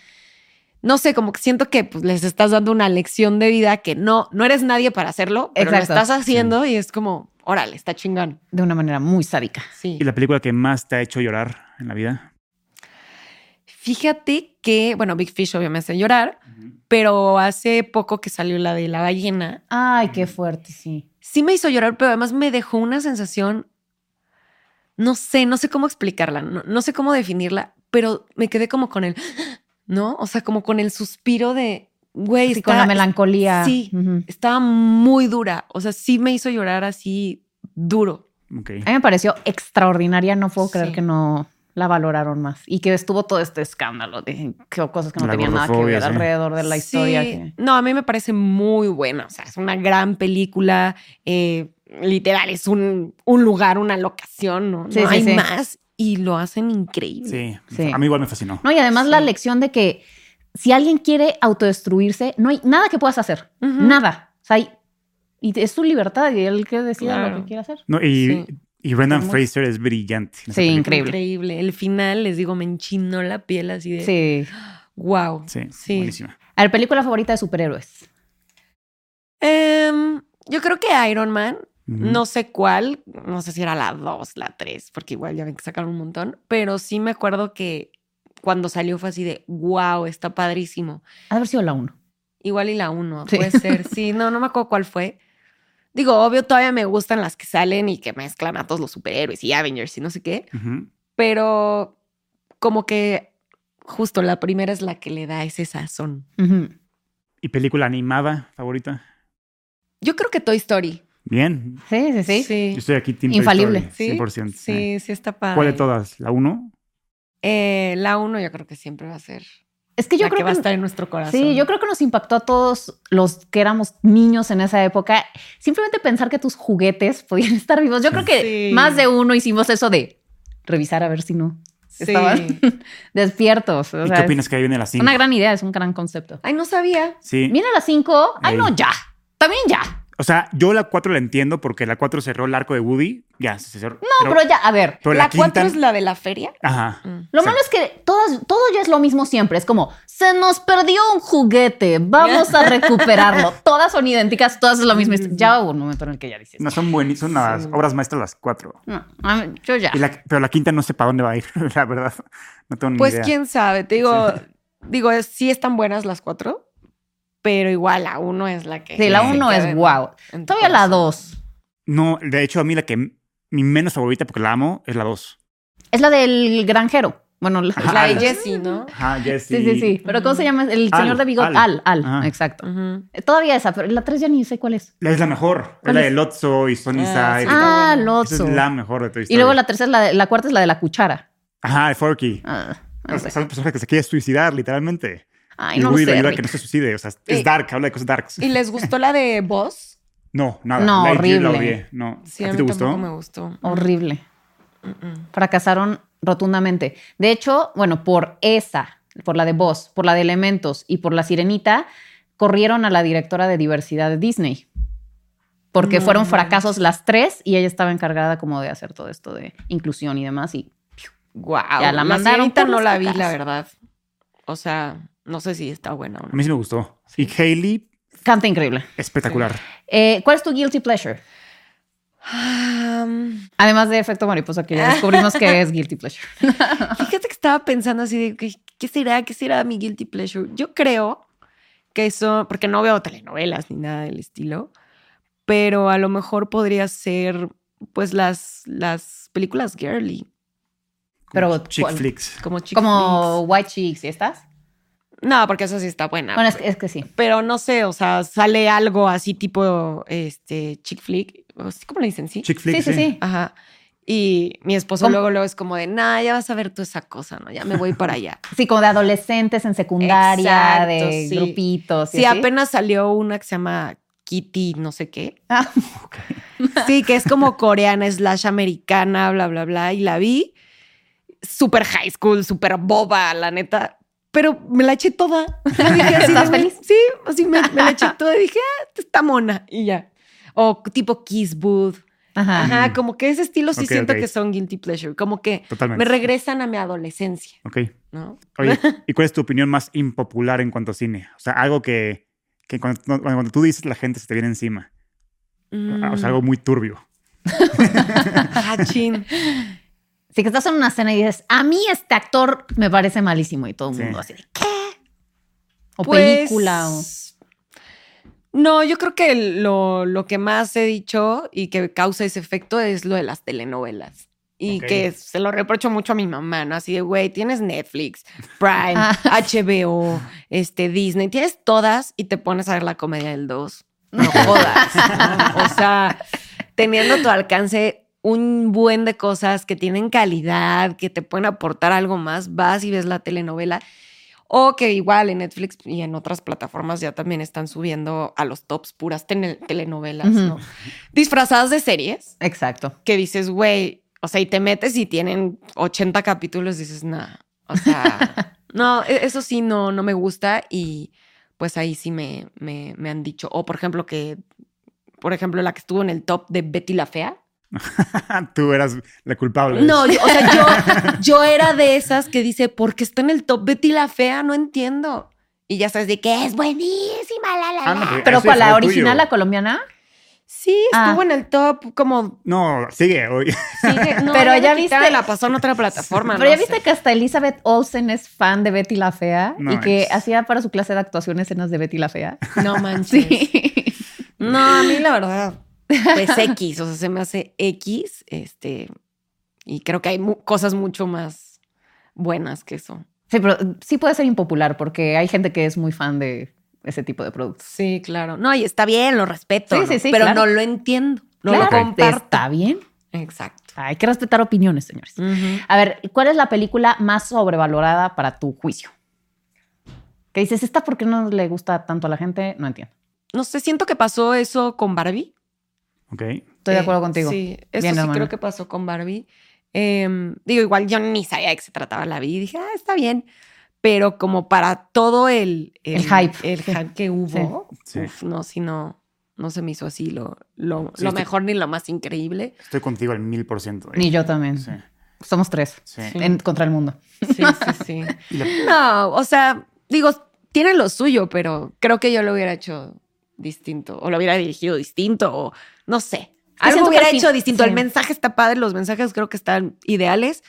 Speaker 2: no sé, como que siento que pues, les estás dando una lección de vida que no, no eres nadie para hacerlo, pero
Speaker 1: Exacto.
Speaker 2: lo estás haciendo y es como, órale, está chingón.
Speaker 1: de una manera muy sádica.
Speaker 2: Sí.
Speaker 3: ¿Y la película que más te ha hecho llorar en la vida?
Speaker 2: Fíjate que, bueno, Big Fish obviamente hace llorar, pero hace poco que salió la de la ballena,
Speaker 1: Ay, qué fuerte, sí.
Speaker 2: sí me hizo llorar, pero además me dejó una sensación, no sé, no sé cómo explicarla, no, no sé cómo definirla, pero me quedé como con el, ¿no? O sea, como con el suspiro de, güey,
Speaker 1: Sí, con
Speaker 2: está-
Speaker 1: la melancolía.
Speaker 2: Sí.
Speaker 1: Ujú.
Speaker 2: estaba muy dura, o sea, sí me hizo llorar así duro.
Speaker 3: Ok.
Speaker 1: A mí me pareció extraordinaria. No puedo creer
Speaker 2: Sí.
Speaker 1: que no la valoraron más y que estuvo todo este escándalo de que- cosas que no
Speaker 3: La
Speaker 1: tenían nada que
Speaker 3: gordofobia,
Speaker 1: ver
Speaker 3: sí.
Speaker 1: alrededor de la
Speaker 2: Sí,
Speaker 1: historia. que-
Speaker 2: No, a mí me parece muy buena, o sea, es una gran película, eh, literal, es un, un lugar, una locación, ¿no?
Speaker 1: Sí,
Speaker 2: No
Speaker 1: sí,
Speaker 2: hay
Speaker 1: sí.
Speaker 2: más y lo hacen increíble.
Speaker 3: Sí.
Speaker 1: Sí.
Speaker 3: A mí igual me fascinó.
Speaker 1: No, y además
Speaker 2: Sí.
Speaker 1: la lección de que si alguien quiere autodestruirse, no hay nada que puedas hacer.
Speaker 2: Ujú.
Speaker 1: Nada. O sea, hay- y te- es su libertad y él que decida
Speaker 2: Claro.
Speaker 1: lo que quiera hacer.
Speaker 3: No, y,
Speaker 2: Sí.
Speaker 3: y Brendan
Speaker 1: Muy-
Speaker 3: Fraser es brillante. en esa
Speaker 1: Sí,
Speaker 3: película.
Speaker 1: Increíble.
Speaker 2: Increíble. El final, les digo, me enchinó la piel así de
Speaker 1: Sí.
Speaker 2: wow.
Speaker 3: Sí,
Speaker 2: Sí.
Speaker 3: buenísima.
Speaker 1: A ver, película favorita de superhéroes.
Speaker 2: Em, yo creo que Iron Man,
Speaker 3: Ujú.
Speaker 2: no sé cuál, no sé si era la 2, la 3, porque igual ya ven que sacaron un montón, pero sí me acuerdo que cuando salió fue así de wow, está padrísimo.
Speaker 1: Ha de haber sido la uno.
Speaker 2: Igual y la 1,
Speaker 1: Sí.
Speaker 2: puede ser. Sí, no, no me acuerdo cuál fue. Digo, obvio, todavía me gustan las que salen y que mezclan a todos los superhéroes y Avengers y no sé qué,
Speaker 3: Ujú.
Speaker 2: pero como que justo la primera es la que le da ese sazón.
Speaker 1: Ujú.
Speaker 3: ¿Y película animada favorita?
Speaker 2: Yo creo que Toy Story.
Speaker 3: Bien.
Speaker 1: Sí, sí, sí.
Speaker 3: Yo estoy aquí Team Toy
Speaker 1: Infalible.
Speaker 3: Story, 100%. Eh.
Speaker 2: Sí, sí está padre.
Speaker 3: ¿Cuál de todas? ¿La uno?
Speaker 2: Eh, la uno yo creo que siempre va a ser.
Speaker 1: Es que yo
Speaker 2: la
Speaker 1: creo
Speaker 2: que va a
Speaker 1: que
Speaker 2: estar en nuestro corazón.
Speaker 1: Sí, yo creo que nos impactó a todos los que éramos niños en esa época. Simplemente pensar que tus juguetes podían estar vivos. Yo creo que
Speaker 2: Sí.
Speaker 1: más de uno hicimos eso de revisar a ver si no
Speaker 2: Sí.
Speaker 1: estaban despiertos. O
Speaker 3: ¿Y
Speaker 1: sea,
Speaker 3: qué
Speaker 1: es
Speaker 3: opinas que ahí viene la cinco?
Speaker 1: Una gran idea, es un gran concepto.
Speaker 2: Ay, no sabía.
Speaker 3: Sí.
Speaker 1: Mira las cinco. Ay,
Speaker 3: Ey.
Speaker 1: no, ya. También ya.
Speaker 3: O sea, yo la 4 la entiendo porque la 4 cerró el arco de Woody. Ya, se cerró.
Speaker 1: No, pero, ya, a ver.
Speaker 3: pero la,
Speaker 2: la
Speaker 3: quinta.
Speaker 2: cuatro es la de la feria.
Speaker 3: Ajá.
Speaker 2: Mm.
Speaker 1: Lo
Speaker 3: Sí.
Speaker 1: malo es que todas, todo ya es lo mismo siempre. Es como, se nos perdió un juguete, vamos a recuperarlo. todas son idénticas, todas es lo mismo. Ya hubo un momento en el que ya dices.
Speaker 3: No son buenísimas, son las
Speaker 2: Sí.
Speaker 3: obras maestras las cuatro.
Speaker 1: No, a mí- yo ya.
Speaker 3: Y la- pero la quinta no sé para dónde va a ir, la verdad. No tengo ni
Speaker 2: Pues
Speaker 3: idea.
Speaker 2: quién sabe. Te digo, digo, es- sí están buenas las cuatro, pero igual la uno es la que.
Speaker 1: Sí, la
Speaker 2: se
Speaker 1: uno
Speaker 2: queda
Speaker 1: es
Speaker 2: en-
Speaker 1: wow.
Speaker 2: en tu
Speaker 1: Todavía la
Speaker 2: corazón.
Speaker 1: 2.
Speaker 3: No, de hecho, a mí la que m- mi menos favorita, porque la amo, es la dos.
Speaker 1: Es la del granjero. Bueno, la,
Speaker 3: Ajá,
Speaker 2: La de
Speaker 3: la-
Speaker 2: Jessie, ¿no?
Speaker 3: Ajá, Jesse.
Speaker 1: sí, sí, sí. Pero ¿cómo se llama? El
Speaker 3: Al,
Speaker 1: señor de bigote.
Speaker 3: Al. Ah.
Speaker 1: Al, Al.
Speaker 3: Ajá.
Speaker 1: Exacto. Eh,
Speaker 2: Ujú.
Speaker 1: Todavía esa, pero la 3 ya ni sé cuál es.
Speaker 3: La es la mejor. Es
Speaker 1: ¿Cuál
Speaker 3: la
Speaker 1: es?
Speaker 3: de Lotso y Sonny
Speaker 2: Ah,
Speaker 3: Side.
Speaker 2: sí.
Speaker 1: ah,
Speaker 2: bueno.
Speaker 3: Esa
Speaker 1: Lotso.
Speaker 3: es la mejor de Toy
Speaker 1: Y
Speaker 3: Story.
Speaker 1: luego la tercera, es la, de- la cuarta es la de la cuchara.
Speaker 3: Ajá, de Forky.
Speaker 1: Ah, no
Speaker 3: Es
Speaker 1: sé.
Speaker 3: es una persona que se quiere suicidar, literalmente.
Speaker 1: Ay,
Speaker 3: y
Speaker 1: no lo
Speaker 3: Woody le
Speaker 1: sé. Eh,
Speaker 3: ayuda a
Speaker 1: Rick.
Speaker 3: que no se suicide. O sea,
Speaker 2: Y-
Speaker 3: es dark, habla de cosas darks.
Speaker 2: ¿Y les gustó la de Boss?
Speaker 3: No, nada.
Speaker 1: No,
Speaker 3: Lightyear la
Speaker 1: horrible.
Speaker 3: odié. No.
Speaker 2: Sí,
Speaker 3: ¿A
Speaker 2: a
Speaker 3: ti
Speaker 2: mí
Speaker 3: te gustó?
Speaker 2: tampoco me gustó. Mm,
Speaker 1: Horrible.
Speaker 2: Mm-mm.
Speaker 1: Fracasaron rotundamente. De hecho, bueno, por esa, por la de Voz, por la de Elementos y por la Sirenita, corrieron a la directora de diversidad de Disney. Porque
Speaker 2: No
Speaker 1: fueron
Speaker 2: manches.
Speaker 1: fracasos las tres y ella estaba encargada como de hacer todo esto de inclusión y demás. Y
Speaker 2: Wow.
Speaker 1: la mandaron
Speaker 2: sirenita
Speaker 1: por
Speaker 2: no
Speaker 1: las
Speaker 2: la vi,
Speaker 1: patas.
Speaker 2: la verdad. O sea, no sé si está buena o
Speaker 3: A
Speaker 2: no.
Speaker 3: mí sí me gustó. Y Hailey,
Speaker 1: canta increíble.
Speaker 3: espectacular.
Speaker 1: Eh, ¿Cuál es tu guilty pleasure?
Speaker 2: Am,
Speaker 1: Además de efecto mariposa, que ya descubrimos que es guilty pleasure.
Speaker 2: fíjate que estaba pensando así de ¿qué, qué será, qué será mi guilty pleasure. Yo creo que eso, porque no veo telenovelas ni nada del estilo, pero a lo mejor podría ser pues las, las películas girly,
Speaker 1: Pero,
Speaker 3: Como Chick
Speaker 1: ¿cuál?
Speaker 3: flicks.
Speaker 2: como chicas.
Speaker 1: Como White Chicks, ¿y estás?
Speaker 2: No, porque eso sí está buena.
Speaker 1: Bueno, es, que- es que sí.
Speaker 2: pero no sé, o sea, sale algo así tipo este chick flick, o sí, ¿cómo le dicen? Sí.
Speaker 3: Chick
Speaker 1: Sí,
Speaker 3: flicks,
Speaker 1: sí, sí.
Speaker 2: Ajá. Y mi esposo
Speaker 1: ¿Cómo?
Speaker 2: luego luego es como de, nah, ya vas a ver tú esa cosa, ¿no? Ya me voy para allá.
Speaker 1: Sí, como de adolescentes en secundaria,
Speaker 2: Exacto,
Speaker 1: de
Speaker 2: sí.
Speaker 1: grupitos. y
Speaker 2: Sí,
Speaker 1: así.
Speaker 2: apenas salió una que se llama Kitty, no sé qué.
Speaker 1: Ah.
Speaker 2: Sí, que es como coreana, slash americana, bla, bla, bla. Y la vi súper high school, súper boba, la neta. Pero me la eché toda. Y dije, así
Speaker 1: ¿Estás
Speaker 2: de,
Speaker 1: feliz?
Speaker 2: Sí, así me, me la eché toda y dije, ah, está mona. Y ya. O tipo Kiss Booth.
Speaker 1: Ajá.
Speaker 2: Ajá,
Speaker 3: Mm.
Speaker 2: como que ese estilo sí
Speaker 3: Ok,
Speaker 2: siento
Speaker 3: ok.
Speaker 2: que son guilty pleasure. Como que
Speaker 3: Totalmente.
Speaker 2: me regresan a mi adolescencia,
Speaker 3: Ok.
Speaker 2: ¿no?
Speaker 3: Oye, ¿y cuál es tu opinión más impopular en cuanto a cine? O sea, algo que, Ah,
Speaker 1: Mm.
Speaker 3: que cuando, cuando tú dices la gente se te viene encima. O sea, algo muy turbio.
Speaker 2: Ah, Mm. chin.
Speaker 1: Así que estás en una cena y dices, a mí este actor me parece malísimo y todo el
Speaker 3: Sí.
Speaker 1: mundo así, de, ¿qué? O
Speaker 2: Pues,
Speaker 1: película. O...
Speaker 2: No, yo creo que lo, lo que más he dicho y que causa ese efecto es lo de las telenovelas. Y
Speaker 3: Ok.
Speaker 2: que se lo reprocho mucho a mi mamá, ¿no? Así de, güey, tienes Netflix, Prime,
Speaker 1: Ah.
Speaker 2: HBO, este, Disney, tienes todas y te pones a ver la comedia del 2. No jodas. ¿no? O sea, teniendo a tu alcance un buen de cosas que tienen calidad, que te pueden aportar algo más, vas y ves la telenovela. O que igual en Netflix y en otras plataformas ya también están subiendo a los tops puras tene- telenovelas,
Speaker 1: Ujú.
Speaker 2: ¿no? Disfrazadas de series
Speaker 1: Exacto.
Speaker 2: que dices, güey, o sea, y te metes y tienen 80 capítulos, dices, nah, o sea, no, e- eso sí no, no me gusta y pues ahí sí me, me, me han dicho, o por ejemplo que, por ejemplo, la que estuvo en el top de Betty la Fea.
Speaker 3: Tú eras la
Speaker 1: Pues.
Speaker 3: culpable.
Speaker 2: No, yo- o sea, yo, yo era de esas que dice, ¿por qué está en el top Betty la Fea? No entiendo. Y ya sabes de que es buenísima, la, la, la.
Speaker 3: Ah, no, pero
Speaker 1: Pero
Speaker 3: ese
Speaker 1: con
Speaker 3: es
Speaker 1: la
Speaker 3: algo tuyo.
Speaker 1: original, la colombiana.
Speaker 2: Sí, estuvo
Speaker 1: Ah.
Speaker 2: en el top como...
Speaker 3: No, sigue. Hoy.
Speaker 2: sigue- no,
Speaker 1: Pero
Speaker 2: la
Speaker 1: ya
Speaker 2: quitaron,
Speaker 1: viste-
Speaker 2: La pasó en otra plataforma.
Speaker 1: Pero ya
Speaker 2: Ah, no sé.
Speaker 1: viste que hasta Elizabeth Olsen es fan de Betty la Fea y
Speaker 3: No,
Speaker 1: que
Speaker 3: es-
Speaker 1: hacía para su clase de actuación escenas de Betty la Fea.
Speaker 2: No manches.
Speaker 1: Sí.
Speaker 2: No, a mí la verdad, pues X, o sea, se me hace X, este, y creo que hay mu- cosas mucho más buenas que eso.
Speaker 1: Sí, pero sí puede ser impopular porque hay gente que es muy fan de ese tipo de productos.
Speaker 2: Sí, claro. No, y está bien, lo respeto,
Speaker 1: Sí,
Speaker 2: ¿no?
Speaker 1: sí, sí,
Speaker 2: pero
Speaker 1: claro.
Speaker 2: no lo entiendo, no lo
Speaker 1: Claro,
Speaker 2: comparto.
Speaker 1: Está bien.
Speaker 2: Exacto.
Speaker 1: Hay que respetar opiniones, señores. A ver, ¿cuál es la película más sobrevalorada para tu juicio? Que dices, ¿esta por qué no le gusta tanto a la gente? No entiendo.
Speaker 2: No sé, siento que pasó eso con Barbie.
Speaker 3: Ok.
Speaker 1: Estoy de
Speaker 2: Eh,
Speaker 1: acuerdo contigo.
Speaker 2: Sí, eso
Speaker 1: Bien,
Speaker 2: sí
Speaker 1: hermana.
Speaker 2: creo que pasó con Barbie. Eh, digo, igual yo ni sabía de qué se trataba la vida y dije, ah, está bien. Pero como para todo el,
Speaker 1: El hype.
Speaker 2: el
Speaker 1: Sí.
Speaker 2: hype que hubo,
Speaker 3: Sí.
Speaker 2: uf, no, si no, no se me hizo así lo, lo,
Speaker 3: Sí,
Speaker 2: lo
Speaker 3: estoy-
Speaker 2: mejor ni lo más increíble.
Speaker 3: Estoy contigo al mil por ciento. eh.
Speaker 1: Ni yo también.
Speaker 3: Sí.
Speaker 1: Somos tres
Speaker 3: Sí.
Speaker 1: en contra el mundo.
Speaker 2: Sí, sí, sí.
Speaker 3: Y la-
Speaker 2: No, o sea, digo, tiene lo suyo, pero creo que yo lo hubiera hecho distinto o lo hubiera dirigido distinto o no sé.
Speaker 1: siento
Speaker 2: Algo
Speaker 1: que
Speaker 2: hubiera
Speaker 1: al fin-
Speaker 2: hecho distinto.
Speaker 1: sí.
Speaker 2: El mensaje está padre, los mensajes creo que están ideales,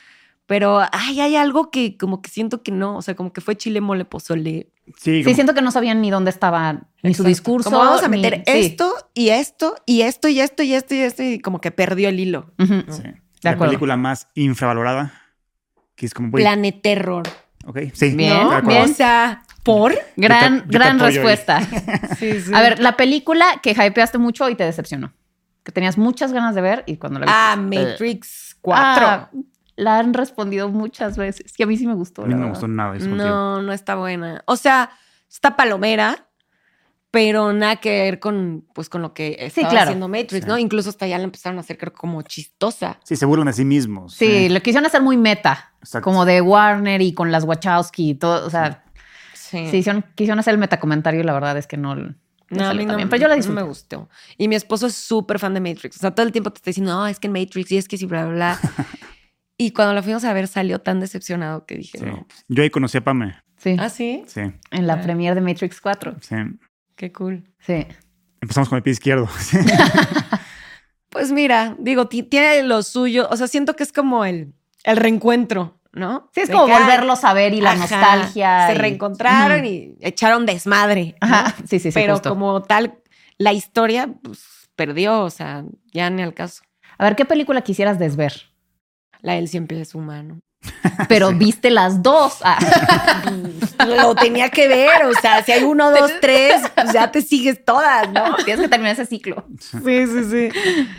Speaker 2: pero ay, hay algo que como que siento que no, o sea, como que fue chile mole pozole.
Speaker 3: Sí,
Speaker 1: Sí,
Speaker 3: como-
Speaker 1: siento que no sabían ni dónde estaban, ni su
Speaker 2: Exacto.
Speaker 1: discurso.
Speaker 2: Como vamos a
Speaker 1: ni-
Speaker 2: meter
Speaker 1: sí.
Speaker 2: esto y esto y esto y esto y esto y esto y como que perdió el hilo.
Speaker 1: Ujú.
Speaker 3: sí.
Speaker 1: De
Speaker 3: La
Speaker 1: acuerdo.
Speaker 3: película más infravalorada. Que es como. güey,
Speaker 2: Planet Terror.
Speaker 3: Ok, sí.
Speaker 1: Bien,
Speaker 3: de
Speaker 2: ¿no?
Speaker 3: acuerdo.
Speaker 2: O
Speaker 1: bien.
Speaker 2: sea, por.
Speaker 1: Gran,
Speaker 3: Yo te- yo te
Speaker 1: gran
Speaker 3: apoyo ahí.
Speaker 1: respuesta.
Speaker 2: Sí, sí.
Speaker 1: A ver, la película que hypeaste mucho y te decepcionó. Que tenías muchas ganas de ver y cuando la viste.
Speaker 2: Ah, Matrix 4.
Speaker 1: Ah, la han respondido muchas veces y a mí sí me gustó.
Speaker 3: A mí
Speaker 1: la
Speaker 3: no me
Speaker 1: verdad.
Speaker 3: gustó nada eso contigo.
Speaker 2: No, no está buena. O sea, está palomera, pero nada que ver con, pues, con lo que estaba
Speaker 1: claro.
Speaker 2: haciendo Matrix,
Speaker 3: Sí.
Speaker 2: ¿no? Incluso hasta ya la empezaron a hacer creo como chistosa.
Speaker 3: Sí, se burlan de sí mismos.
Speaker 1: Sí, lo quisieron hacer muy meta,
Speaker 3: Exacto.
Speaker 1: como de Warner y con las Wachowski y todo. O sea,
Speaker 2: Sí.
Speaker 1: sí, hicieron, quisieron hacer el metacomentario y la verdad es que no. no
Speaker 2: No, a
Speaker 1: salió
Speaker 2: mí
Speaker 1: tan
Speaker 2: no,
Speaker 1: bien, pero yo la disfruté.
Speaker 2: no me gustó. Y mi esposo es súper fan de Matrix. O sea, todo el tiempo te está diciendo, no, es que en Matrix y es que sí, bla, bla, bla. y cuando la fuimos a ver salió tan decepcionado que dije,
Speaker 3: Sí.
Speaker 2: no. pues,
Speaker 3: Yo ahí conocí a Pame.
Speaker 1: Sí,
Speaker 2: ¿Ah, sí?
Speaker 3: Sí,
Speaker 1: en la
Speaker 2: Ah.
Speaker 1: premiere de Matrix 4.
Speaker 3: sí.
Speaker 2: Qué cool.
Speaker 1: Sí.
Speaker 3: Empezamos con el pie izquierdo. Sí.
Speaker 2: Pues mira, digo, ti- tiene lo suyo. O sea, siento que es como el, el reencuentro, ¿no?
Speaker 1: Sí, es
Speaker 2: De
Speaker 1: como
Speaker 2: que, ay,
Speaker 1: volverlos a ver y la
Speaker 2: Ajá,
Speaker 1: nostalgia.
Speaker 2: Se
Speaker 1: y-
Speaker 2: reencontraron
Speaker 1: Ujú.
Speaker 2: y echaron desmadre. ¿no?
Speaker 1: Ajá, sí, sí, sí.
Speaker 2: Pero
Speaker 1: justo.
Speaker 2: como tal, la historia pues, perdió, o sea, ya ni al caso.
Speaker 1: A ver, ¿qué película quisieras desver?
Speaker 2: La del siempre es humano.
Speaker 1: Pero viste las dos. Ah,
Speaker 2: Lo tenía que ver, o sea, si hay uno, dos, tres, pues ya te sigues todas, ¿no?
Speaker 1: tienes que terminar ese ciclo.
Speaker 2: Sí, sí, sí.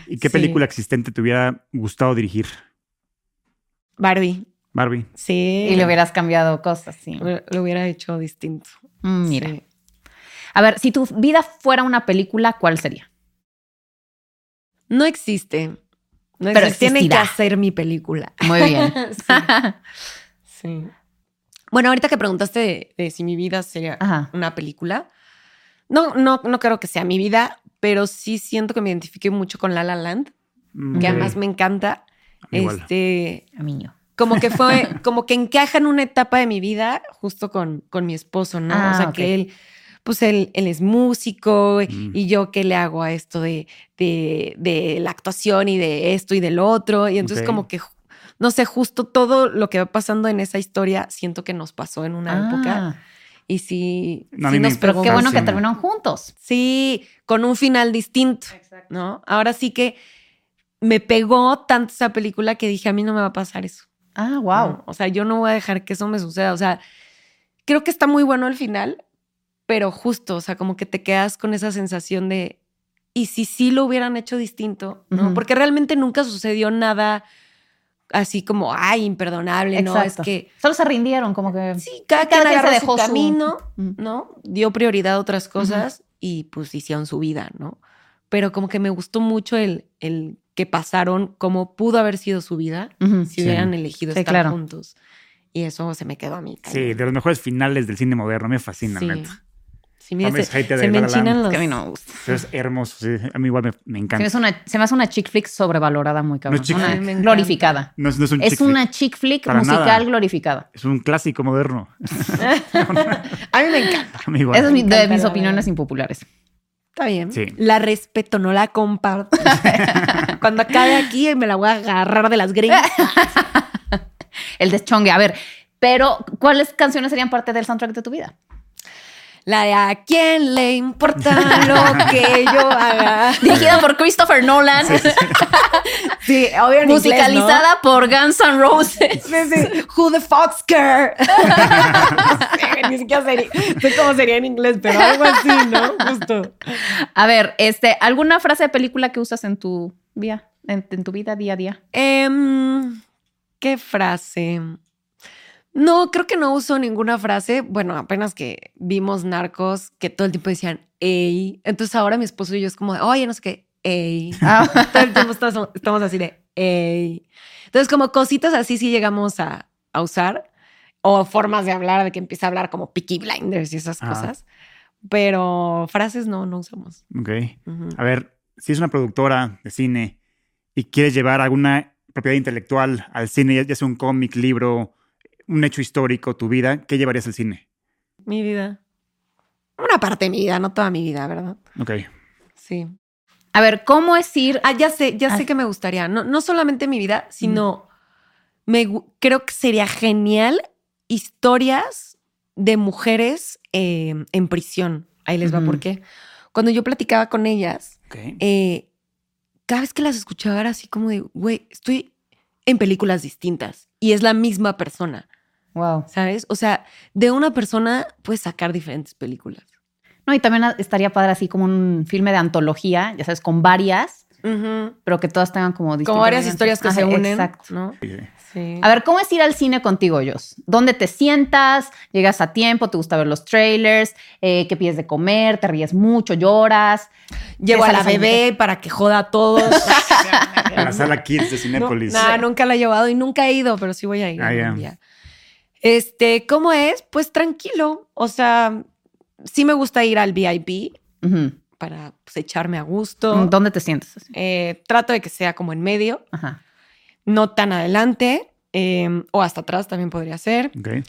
Speaker 3: ¿Y qué
Speaker 2: Sí.
Speaker 3: película existente te hubiera gustado dirigir?
Speaker 2: Barbie.
Speaker 3: Barbie.
Speaker 2: Sí.
Speaker 1: Y le hubieras cambiado cosas, sí.
Speaker 2: Lo hubiera hecho distinto.
Speaker 1: Mm, Mira.
Speaker 2: Sí.
Speaker 1: A ver, si tu vida fuera una película, ¿cuál sería?
Speaker 2: No existe. No
Speaker 1: Pero
Speaker 2: existe. Tienen que
Speaker 1: existirá.
Speaker 2: hacer mi película.
Speaker 1: Muy bien.
Speaker 2: Sí, sí. Bueno, ahorita que preguntaste de, de si mi vida sería
Speaker 1: Ajá.
Speaker 2: una película. No, no, no creo que sea mi vida, pero sí siento que me identifique mucho con La La Land,
Speaker 3: Mm,
Speaker 2: que
Speaker 3: ok.
Speaker 2: además me encanta.
Speaker 3: Igual.
Speaker 2: Este,
Speaker 1: Amiño.
Speaker 2: como que fue, como que encaja en una etapa de mi vida justo con, con mi esposo, ¿no?
Speaker 1: Ah,
Speaker 2: o sea,
Speaker 1: ok.
Speaker 2: que él pues él, él es músico
Speaker 3: Mm.
Speaker 2: y yo qué le hago a esto de, de, de la actuación y de esto y del otro. Y entonces
Speaker 3: Ok.
Speaker 2: como que, ju- no sé, justo todo lo que va pasando en esa historia siento que nos pasó en una época. Y sí,
Speaker 3: Ah. No, a
Speaker 2: sí
Speaker 3: mí me
Speaker 2: nos
Speaker 1: Pero
Speaker 2: pegó
Speaker 1: Ah, qué bueno que
Speaker 3: Fascina.
Speaker 1: terminaron juntos.
Speaker 2: Sí, con un final distinto,
Speaker 1: Exacto.
Speaker 2: ¿no? Ahora sí que me pegó tanto esa película que dije, a mí no me va a pasar eso.
Speaker 1: Ah, wow.
Speaker 2: ¿no? O sea, yo no voy a dejar que eso me suceda. O sea, creo que está muy bueno el final, pero justo, o sea, como que te quedas con esa sensación de, ¿y si sí lo hubieran hecho distinto? ¿no?
Speaker 1: Ujú.
Speaker 2: Porque realmente nunca sucedió nada así como, ay, imperdonable, ¿no? Es
Speaker 1: Exacto.
Speaker 2: que...
Speaker 1: Solo se rindieron, como que.
Speaker 2: Sí,
Speaker 1: Cada
Speaker 2: cada, quien,
Speaker 1: quien se
Speaker 2: agarró
Speaker 1: dejó
Speaker 2: su
Speaker 1: su-
Speaker 2: camino.
Speaker 1: Mm.
Speaker 2: ¿no? Dio prioridad a otras cosas y pues hicieron su vida, ¿no? Pero como que me gustó mucho el, el que pasaron, cómo pudo haber sido su vida
Speaker 1: Ujú.
Speaker 2: si
Speaker 3: Sí.
Speaker 2: hubieran elegido
Speaker 1: Sí,
Speaker 2: estar
Speaker 1: claro.
Speaker 2: juntos. Y eso se me quedó a mí.
Speaker 3: Sí,
Speaker 2: cañón.
Speaker 3: de los mejores finales del cine moderno. Me fascina,
Speaker 2: Sí.
Speaker 3: neta.
Speaker 2: Sí, mira,
Speaker 3: No me
Speaker 2: se,
Speaker 3: es hater
Speaker 2: se
Speaker 3: de
Speaker 2: me
Speaker 3: La La Land.
Speaker 2: enchinan los...
Speaker 1: Que a mí no me gusta.
Speaker 3: Pero es hermoso. sí. A mí igual me, me
Speaker 1: Se me,
Speaker 3: encanta.
Speaker 1: hace una, se me hace una chick flick sobrevalorada muy cabrón.
Speaker 3: No es chick
Speaker 1: Una
Speaker 3: flick.
Speaker 2: Me encanta.
Speaker 1: glorificada.
Speaker 3: No, es- no es un
Speaker 1: Es
Speaker 3: chick flick.
Speaker 1: una chick flick
Speaker 3: Para
Speaker 1: musical
Speaker 3: nada.
Speaker 1: glorificada.
Speaker 3: Es un clásico moderno.
Speaker 2: A mí me encanta.
Speaker 3: A mí igual.
Speaker 1: Esa es mi- de
Speaker 2: encanta,
Speaker 1: mis
Speaker 2: la
Speaker 1: opiniones
Speaker 2: verdad.
Speaker 1: impopulares.
Speaker 2: Está bien.
Speaker 3: Sí.
Speaker 2: La respeto, no la comparto. Cuando acabe aquí me la voy a agarrar de las gringas.
Speaker 1: El deschongue. A ver, pero ¿cuáles canciones serían parte del soundtrack de tu vida?
Speaker 2: La de a quién le importa lo que yo haga.
Speaker 1: Dirigida por Christopher Nolan,
Speaker 2: Sí, obvio en inglés, ¿no?
Speaker 1: musicalizada por Guns N' Roses.
Speaker 2: Sí, sí. Who the fuck's care? Ni siquiera sería, sé cómo sería en inglés, pero algo así, ¿no? Justo.
Speaker 1: A ver, este, ¿alguna frase de película que usas en tu vida, en, en tu vida día a día?
Speaker 2: Em, ¿Qué frase? No, creo que no uso ninguna frase. Bueno, apenas que vimos narcos que todo el tiempo decían, ey. Entonces ahora mi esposo y yo es como, de, oye, no sé qué, ey.
Speaker 1: Ah,
Speaker 2: todo el tiempo estás- estamos, así de, ey. Entonces, como cositas así sí llegamos a, a usar. O formas de hablar, de que empieza a hablar como picky blinders y esas
Speaker 3: Ah.
Speaker 2: cosas. Pero frases no, no usamos.
Speaker 3: Ok.
Speaker 2: Ujú.
Speaker 3: A ver, si es una productora de cine y quieres llevar alguna propiedad intelectual al cine, ya- ya sea un cómic, libro, un hecho histórico, tu vida, ¿qué llevarías al cine?
Speaker 2: Mi vida. Una parte de mi vida, no toda mi vida, ¿verdad?
Speaker 3: Ok.
Speaker 2: Sí.
Speaker 1: A ver, ¿cómo es ir?
Speaker 2: Ah, ya sé, ya
Speaker 1: Ah.
Speaker 2: sé que me gustaría. No, no solamente mi vida, sino me gu- creo que sería genial historias de mujeres eh, en prisión. Ahí les va
Speaker 1: Ujú.
Speaker 2: por qué. Cuando yo platicaba con ellas,
Speaker 3: okay.
Speaker 2: eh, cada vez que las escuchaba era así como de, güey, estoy en películas distintas y es la misma persona,
Speaker 1: Wow.
Speaker 2: ¿sabes? O sea, de una persona puedes sacar diferentes películas.
Speaker 1: No, y también estaría padre así como un filme de antología, ya sabes, con varias, pero que todas tengan como distintas.
Speaker 2: Como varias historias que
Speaker 1: Ajá,
Speaker 2: se unen,
Speaker 1: Exacto.
Speaker 2: ¿no? Sí.
Speaker 1: A ver, ¿cómo es ir al cine contigo, Jos? ¿Dónde te sientas? ¿Llegas a tiempo? ¿Te gusta ver los trailers? Eh, ¿Qué pides de comer? ¿Te ríes mucho? ¿Lloras?
Speaker 2: Llevo a la
Speaker 1: Esa la
Speaker 2: bebé para que joda a todos.
Speaker 3: En la sala Kids de Cinépolis.
Speaker 2: No, nah, nunca la he llevado y nunca he ido, pero sí voy a ir.
Speaker 3: Ah,
Speaker 2: algún
Speaker 3: ya.
Speaker 2: día. Este, ¿cómo es? Pues tranquilo. O sea, sí me gusta ir al VIP
Speaker 1: Ujú.
Speaker 2: para pues, echarme a gusto.
Speaker 1: ¿Dónde te sientes?
Speaker 2: Eh, trato de que sea como en medio,
Speaker 1: Ajá.
Speaker 2: no tan adelante eh, o hasta atrás también podría ser.
Speaker 3: Ok.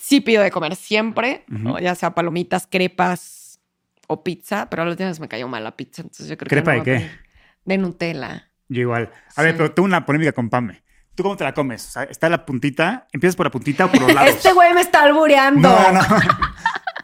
Speaker 2: Sí pido de comer siempre,
Speaker 3: Ujú.
Speaker 2: o ya sea palomitas, crepas o pizza, pero a los días me cayó mal la pizza, entonces yo creo que
Speaker 3: ¿Crepa de
Speaker 2: no voy a
Speaker 3: qué?
Speaker 2: pedir. De Nutella.
Speaker 3: Yo igual. A ver,
Speaker 2: Sí.
Speaker 3: pero tengo una polémica con Pame. ¿Tú cómo te la comes? O sea, ¿Está la puntita? ¿Empiezas por la puntita o por los lados?
Speaker 2: Este güey me está albureando.
Speaker 3: no, no.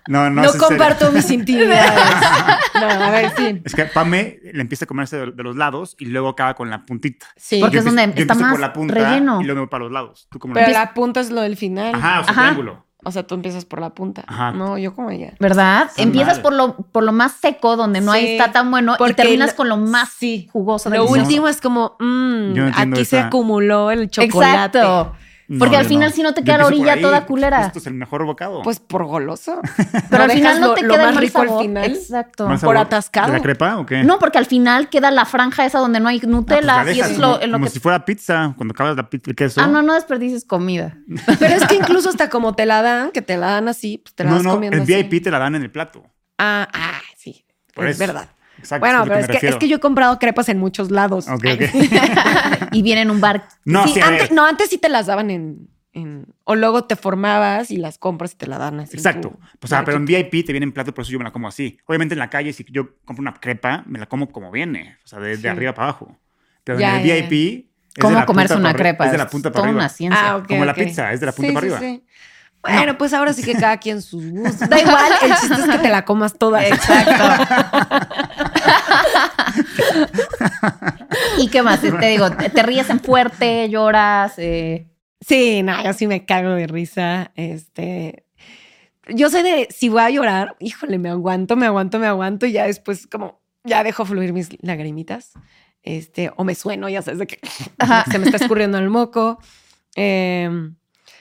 Speaker 3: No,
Speaker 2: No,
Speaker 3: no. es en serio.
Speaker 2: comparto mis intimidades. No, a ver, sí.
Speaker 3: Es que Pame le empieza a comerse de de los lados y luego acaba con la puntita.
Speaker 2: Sí.
Speaker 1: Porque
Speaker 3: Yo
Speaker 1: es donde
Speaker 3: empiezo- yo
Speaker 1: está
Speaker 3: empiezo por
Speaker 1: más
Speaker 3: la punta
Speaker 1: relleno.
Speaker 3: Y luego me voy para los lados. ¿Tú cómo la
Speaker 2: Pero
Speaker 3: empiezas?
Speaker 2: la punta es lo del final.
Speaker 3: Ajá, o sea,
Speaker 1: Ajá.
Speaker 3: triángulo.
Speaker 2: O sea, tú empiezas por la punta.
Speaker 3: Ajá.
Speaker 2: No, yo como ella.
Speaker 1: ¿Verdad?
Speaker 3: Está
Speaker 1: Empiezas
Speaker 3: mal.
Speaker 1: por lo, por lo más seco, donde no
Speaker 2: Sí,
Speaker 1: ahí está tan bueno, y
Speaker 2: porque
Speaker 1: terminas
Speaker 2: lo-
Speaker 1: con lo más
Speaker 2: sí.
Speaker 1: jugoso del
Speaker 2: Lo
Speaker 3: No.
Speaker 2: último es como, mm,
Speaker 3: Yo no entiendo
Speaker 2: aquí se
Speaker 3: esa-
Speaker 2: acumuló el chocolate.
Speaker 1: Exacto.
Speaker 3: No,
Speaker 1: Porque al
Speaker 3: yo
Speaker 1: final si no te
Speaker 3: Yo
Speaker 1: queda la
Speaker 3: empiezo por
Speaker 1: orilla
Speaker 3: ahí,
Speaker 1: toda
Speaker 3: porque
Speaker 1: culera.
Speaker 3: Esto es el mejor bocado.
Speaker 2: Pues por goloso.
Speaker 1: Pero
Speaker 2: No
Speaker 1: al
Speaker 2: dejas
Speaker 1: final no
Speaker 2: lo-
Speaker 1: te
Speaker 2: lo
Speaker 1: queda
Speaker 2: más
Speaker 1: el mal
Speaker 2: rico al
Speaker 1: sabor.
Speaker 2: final.
Speaker 1: Exacto.
Speaker 3: Más
Speaker 2: por
Speaker 3: sabor-
Speaker 2: atascado.
Speaker 3: ¿De la crepa o qué? Ah,
Speaker 1: No, porque al final queda la franja esa donde no hay
Speaker 3: pues
Speaker 1: Nutella
Speaker 3: la
Speaker 1: y eso
Speaker 3: dejas
Speaker 1: es lo, en lo
Speaker 3: como
Speaker 1: que...
Speaker 3: si fuera pizza, cuando acabas la pizza, el queso.
Speaker 1: Ah, no, no desperdices comida.
Speaker 2: Pero es que incluso hasta como te la dan, que te la dan así, pues te la
Speaker 3: no,
Speaker 2: vas
Speaker 3: no,
Speaker 2: comiendo
Speaker 3: el
Speaker 2: así.
Speaker 3: VIP te la dan en el plato.
Speaker 2: Ah, ah, sí.
Speaker 3: Por
Speaker 2: es
Speaker 3: eso.
Speaker 2: verdad.
Speaker 3: Exacto.
Speaker 2: Bueno,
Speaker 3: es lo
Speaker 2: pero es
Speaker 3: me
Speaker 2: que, es
Speaker 3: refiero.
Speaker 2: que yo he comprado crepas en muchos lados.
Speaker 3: Ok,
Speaker 2: Ay,
Speaker 3: ok.
Speaker 1: y viene en un bar.
Speaker 3: No,
Speaker 2: Sí,
Speaker 3: sí, a ver.
Speaker 2: antes, no, antes sí te las daban en, en- o luego te formabas y las compras y te la dan así. en
Speaker 3: Exacto.
Speaker 2: tu
Speaker 3: O sea, pero en
Speaker 2: market.
Speaker 3: VIP te viene en plato, por eso yo me la como así. Obviamente en la calle, si yo compro una crepa, me la como como viene. O sea, de, de
Speaker 2: Sí.
Speaker 3: arriba para abajo. Pero
Speaker 2: Ya,
Speaker 3: en el
Speaker 2: ya, ya.
Speaker 3: VIP. es de
Speaker 1: ¿Cómo
Speaker 3: la
Speaker 1: comerse
Speaker 3: punta
Speaker 1: una
Speaker 3: para arri-
Speaker 1: crepa?
Speaker 3: Es de la punta para
Speaker 1: toda
Speaker 3: arriba.
Speaker 1: una ciencia.
Speaker 2: Ah, ok,
Speaker 3: Como la
Speaker 2: ok.
Speaker 3: pizza, es de la punta
Speaker 2: Sí,
Speaker 3: para
Speaker 2: sí,
Speaker 3: arriba.
Speaker 2: sí. Bueno, pues ahora sí que cada quien sus gustos. Da igual, el chiste es que te la comas toda.
Speaker 1: Exacto.
Speaker 3: Ah.
Speaker 1: ¿Y qué más? Te digo, te, te ríes en fuerte, lloras. eh,
Speaker 2: Sí, no, yo sí me cago de risa. Este, yo sé de si voy a llorar, híjole, me aguanto, me aguanto, me aguanto y ya después como ya dejo fluir mis lagrimitas. Este, o me sueno, ya sabes de que se me está escurriendo el moco. Em,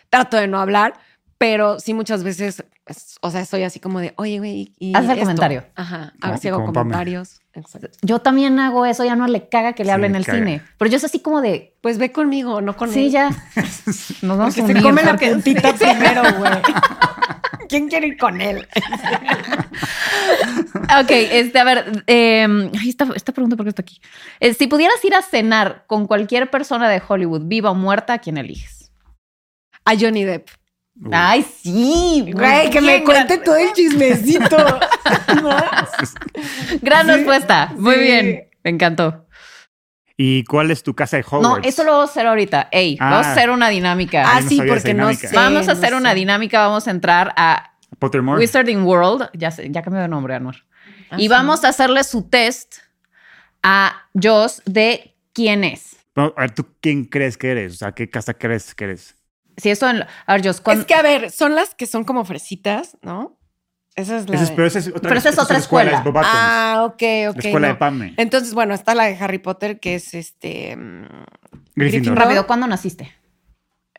Speaker 2: trato de no hablar, pero sí muchas veces, es- o sea, soy así como de, oye, güey, y
Speaker 1: Haz el
Speaker 2: esto".
Speaker 1: comentario.
Speaker 2: Ajá, a
Speaker 3: Como-
Speaker 2: ver si hago
Speaker 3: como Pamela.
Speaker 2: comentarios. Exacto.
Speaker 1: Yo también hago eso, ya no le caga que le
Speaker 3: Sí,
Speaker 1: hablen
Speaker 3: le
Speaker 1: en el
Speaker 3: caga.
Speaker 1: cine. Pero yo es así como de,
Speaker 2: Pues ve conmigo, no con
Speaker 1: sí,
Speaker 2: él.
Speaker 1: ya. Nos vamos
Speaker 2: Porque
Speaker 1: a
Speaker 2: se
Speaker 1: unir,
Speaker 2: come la
Speaker 1: porque-
Speaker 2: puntita
Speaker 1: Sí, sí.
Speaker 2: primero, güey. ¿Quién quiere ir con él?
Speaker 1: Ok, este, a ver, eh, ay, esta, esta pregunta porque está aquí. Eh, si pudieras ir a cenar con cualquier persona de Hollywood, viva o muerta, ¿a quién eliges?
Speaker 2: A Johnny Depp.
Speaker 3: Uy,
Speaker 1: Ay, sí,
Speaker 2: Güey, que me
Speaker 1: Bien,
Speaker 2: cuente
Speaker 1: gran-
Speaker 2: todo el chismecito. ¿No?
Speaker 1: Gran
Speaker 2: Sí,
Speaker 1: respuesta. Muy
Speaker 2: sí.
Speaker 1: bien. Me encantó.
Speaker 3: ¿Y cuál es tu casa de
Speaker 1: No,
Speaker 3: Hogwarts?
Speaker 1: eso lo vamos a hacer ahorita. Ey,
Speaker 3: Ah.
Speaker 1: vamos a hacer una dinámica.
Speaker 2: Ah,
Speaker 3: no
Speaker 2: sí,
Speaker 3: sabía
Speaker 2: porque
Speaker 3: esa
Speaker 2: no
Speaker 3: dinámica.
Speaker 2: sé.
Speaker 1: vamos a
Speaker 2: no
Speaker 1: hacer una
Speaker 2: sé.
Speaker 1: dinámica. Vamos a entrar a
Speaker 3: Pottermore.
Speaker 1: Wizarding World. Ya, sé, ya cambió de nombre, Anwar.
Speaker 2: Ah,
Speaker 1: y
Speaker 2: sí.
Speaker 1: vamos a hacerle su test a Joss de quién es.
Speaker 3: Bueno, a ver, ¿tú quién crees que eres? O sea, ¿qué casa crees que eres?
Speaker 1: Si eso en- A ver, Joss, ¿cuán-
Speaker 2: Es que, a ver, son las que son como fresitas, ¿no? Esa es la...
Speaker 3: Esa es-
Speaker 2: de-
Speaker 3: pero esa es otra,
Speaker 1: Pero esa es
Speaker 3: esa
Speaker 1: otra escuela.
Speaker 3: es Bob Atkins,
Speaker 2: Ah, ok, ok.
Speaker 3: la escuela
Speaker 2: no.
Speaker 3: de Pame.
Speaker 2: Entonces, bueno, está la de Harry Potter, que es este... mm,
Speaker 3: Gryffindor.
Speaker 2: Gryffindor.
Speaker 1: rápido, ¿cuándo naciste?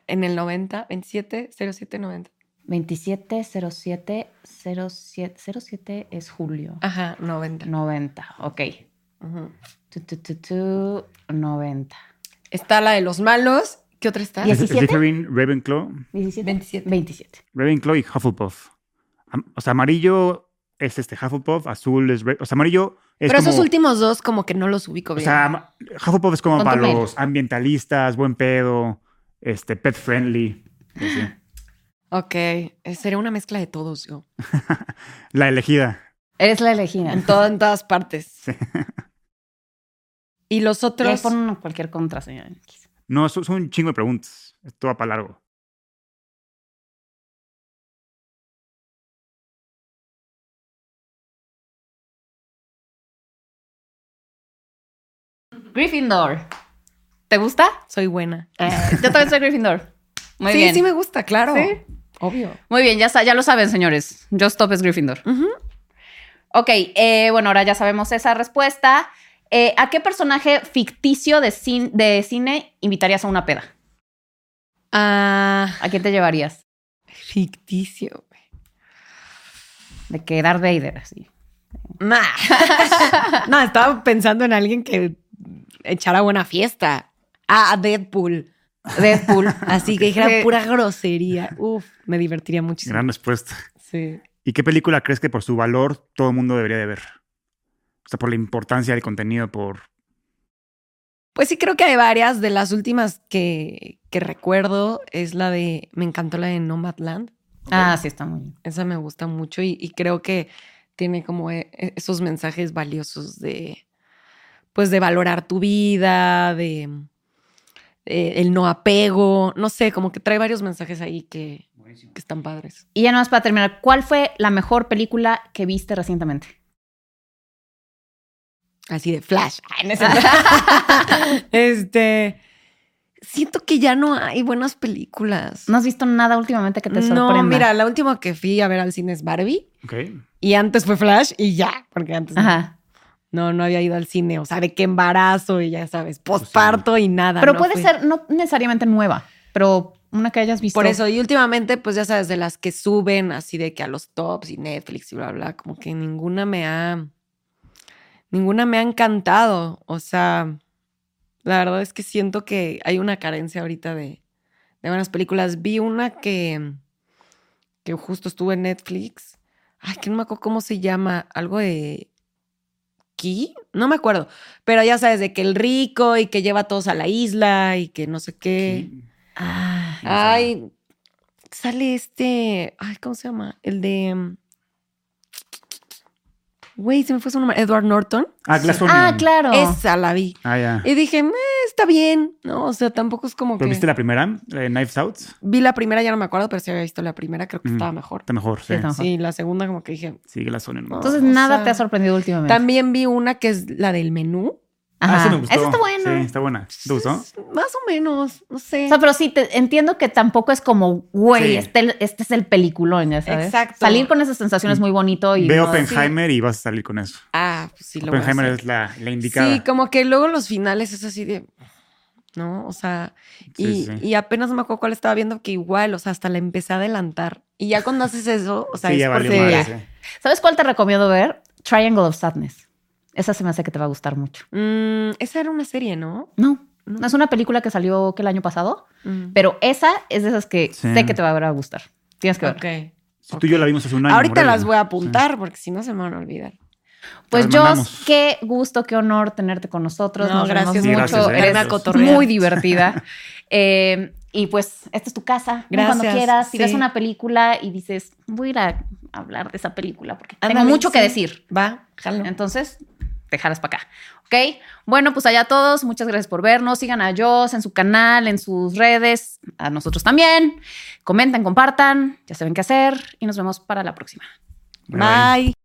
Speaker 2: En el 90, 27, 07, 90.
Speaker 1: 27 07 07 07 es julio.
Speaker 2: Ajá, 90.
Speaker 1: 90. Ok.
Speaker 2: Ujú.
Speaker 1: Tu, tu, tu, tu, 90.
Speaker 2: Está la de los malos. ¿Qué otra está?
Speaker 1: Y es-
Speaker 3: Es-
Speaker 1: 17?
Speaker 3: Slytherin, Ravenclaw.
Speaker 1: 17.
Speaker 2: 27.
Speaker 1: 27.
Speaker 3: Ravenclaw y Hufflepuff. Am- O sea, amarillo es este Hufflepuff, azul es... Ra- O sea, amarillo es
Speaker 2: Pero
Speaker 3: como...
Speaker 2: esos últimos dos como que no los ubico
Speaker 3: O
Speaker 2: bien.
Speaker 3: sea, ama- Hufflepuff es como
Speaker 1: Con
Speaker 3: para
Speaker 1: tomate.
Speaker 3: los ambientalistas, buen pedo, este, pet friendly. y así.
Speaker 2: ok, eh, sería una mezcla de todos yo.
Speaker 3: La elegida.
Speaker 1: Eres la elegida.
Speaker 2: En, todo- en todas partes. Y los
Speaker 1: Y ahí
Speaker 2: otros...
Speaker 1: pon una- cualquier contraseña.
Speaker 3: No, son, son un chingo de preguntas. Esto va para largo.
Speaker 1: Gryffindor. ¿Te gusta?
Speaker 2: Soy buena.
Speaker 1: Yo también soy Gryffindor. Muy
Speaker 2: Ah. sí,
Speaker 1: bien.
Speaker 2: sí me gusta, claro.
Speaker 1: Sí.
Speaker 2: Obvio.
Speaker 1: Muy bien, ya, sa- ya lo saben, señores. Yo stop es Gryffindor.
Speaker 2: Ujú.
Speaker 1: Ok, eh, bueno, ahora ya sabemos esa respuesta. Eh, ¿A qué personaje ficticio de, cin- de cine invitarías a una peda?
Speaker 2: Ah,
Speaker 1: ¿A quién te llevarías?
Speaker 2: ficticio. güey.
Speaker 1: De que Darth Vader, así.
Speaker 2: Nah. no, estaba pensando en alguien que echara buena fiesta. Ah, a Deadpool.
Speaker 1: Deadpool.
Speaker 2: Así que dijera
Speaker 1: Sí.
Speaker 2: pura grosería. Uf, me divertiría muchísimo.
Speaker 3: Gran respuesta.
Speaker 2: Sí.
Speaker 3: ¿Y qué película crees que por su valor todo el mundo debería de ver? O sea, por la importancia del contenido, por...
Speaker 2: Pues sí, creo que hay varias. De las últimas que, que recuerdo es la de. Me encantó la de Nomadland.
Speaker 1: Ah, sí, está muy bien.
Speaker 2: Esa me gusta mucho y, y creo que tiene como e- e- esos mensajes valiosos de, pues de valorar tu vida, de eh, el no apego, no sé, como que trae varios mensajes ahí que, que están padres.
Speaker 1: Y ya nada más para terminar, ¿cuál fue la mejor película que viste recientemente?
Speaker 2: Así de flash. Ay, Ah, no es cierto. este, siento que ya no hay buenas películas.
Speaker 1: ¿No has visto nada últimamente que te sorprenda?
Speaker 2: no mira, la última que fui a ver al cine es Barbie
Speaker 3: Ok.
Speaker 2: y antes fue Flash y ya, porque antes no.
Speaker 1: Ajá.
Speaker 2: No, no había ido al cine. O sea, de qué embarazo y ya sabes, posparto y nada.
Speaker 1: Pero
Speaker 2: no
Speaker 1: puede
Speaker 2: fui.
Speaker 1: ser no necesariamente nueva, pero una que hayas visto.
Speaker 2: Por eso, y últimamente, pues ya sabes, de las que suben así de que a los tops y Netflix y bla, bla, como que ninguna me ha. Ninguna me ha encantado. O sea, la verdad es que siento que hay una carencia ahorita de, de buenas películas. Vi una que. que justo estuvo en Netflix. Ay, que no me acuerdo cómo se llama. Algo de. ¿Ki? No me acuerdo. Pero ya sabes, de que el rico y que lleva a todos a la isla y que no sé qué.
Speaker 3: Sí.
Speaker 1: Ah,
Speaker 2: Ay, sale este. Ay, ¿cómo se llama? El de. mm, Güey, se me fue su nombre. Edward Norton.
Speaker 3: Ah, Glass Onion.
Speaker 1: Ah, claro.
Speaker 2: Esa la vi.
Speaker 3: Ah, ya.
Speaker 2: Y dije, "Meh, está bien. No, o sea, tampoco es como
Speaker 3: ¿Pero
Speaker 2: que.
Speaker 3: viste la primera? Eh, Knives Out.
Speaker 2: Vi la primera, ya no me acuerdo, pero si había visto la primera, creo que
Speaker 3: Ujú.
Speaker 2: estaba mejor.
Speaker 3: Está mejor, sí.
Speaker 1: Sí, está. Ajá.
Speaker 2: Sí, la segunda, como que dije.
Speaker 3: Sí, Glass Onion.
Speaker 2: No.
Speaker 1: Entonces
Speaker 2: O
Speaker 1: nada
Speaker 2: sea,
Speaker 1: te ha sorprendido últimamente.
Speaker 2: También vi una que es la del menú.
Speaker 1: Ajá.
Speaker 3: Ah, esa me gustó.
Speaker 1: Esa está buena.
Speaker 3: Sí, está buena. ¿Te gustó?
Speaker 2: Es Más o menos, no sé.
Speaker 1: O sea, pero sí, te, entiendo que tampoco es como, güey,
Speaker 3: Sí.
Speaker 1: este, este es el peliculón, ya sabes.
Speaker 2: Exacto.
Speaker 1: Salir con esa sensación es muy bonito y
Speaker 3: Ve
Speaker 1: no-
Speaker 3: Oppenheimer y vas a salir con eso.
Speaker 2: ah, pues sí, lo voy a
Speaker 3: Oppenheimer
Speaker 2: hacer.
Speaker 3: es la, la indicada.
Speaker 2: Sí, como que luego los finales es así de. ¿No? O sea,
Speaker 3: Sí,
Speaker 2: y,
Speaker 3: sí.
Speaker 2: y apenas no me acuerdo cuál estaba viendo, que igual, o sea, hasta la empecé a adelantar. Y ya cuando haces eso, o sea,
Speaker 3: Sí,
Speaker 2: es
Speaker 3: ya valió
Speaker 2: porque.
Speaker 3: madre, sí.
Speaker 1: ¿Sabes cuál te recomiendo ver? Triangle of Sadness. Esa se me hace que te va a gustar mucho.
Speaker 2: Mm, esa era una serie, ¿no?
Speaker 1: No,
Speaker 2: No.
Speaker 1: no es una película que salió que el año pasado,
Speaker 2: Mm.
Speaker 1: pero esa es de esas que
Speaker 3: Sí.
Speaker 1: sé que te va a gustar. Tienes que ver.
Speaker 2: Ok.
Speaker 3: Sí, Tú y yo la vimos hace un año.
Speaker 2: Ahorita
Speaker 3: Morelia.
Speaker 2: las voy a apuntar porque si no se me van a olvidar.
Speaker 1: Pues
Speaker 3: Las
Speaker 1: Jos,
Speaker 3: mandamos.
Speaker 1: qué gusto, qué honor tenerte con nosotros.
Speaker 2: No,
Speaker 1: Nos vemos
Speaker 2: gracias
Speaker 3: Sí,
Speaker 1: mucho.
Speaker 3: gracias, ¿eh?
Speaker 1: Eres
Speaker 3: gracias.
Speaker 2: Cotorrear.
Speaker 1: muy divertida. Eh, y pues esta es tu casa. Ven Cuando
Speaker 2: Gracias,
Speaker 1: quieras, si
Speaker 2: sí.
Speaker 1: ves una película y dices, voy a ir a hablar de esa película porque tengo
Speaker 2: Ándale,
Speaker 1: mucho que
Speaker 2: sí.
Speaker 1: decir.
Speaker 2: Va, jalo.
Speaker 1: Entonces, te jalas para acá. ¿Ok? Bueno, pues allá a todos. Muchas gracias por vernos. Sigan a Jos en su canal, en sus redes, a nosotros también. Comenten, compartan. Ya saben qué hacer. Y nos vemos para la próxima.
Speaker 3: Bye.
Speaker 2: Bye.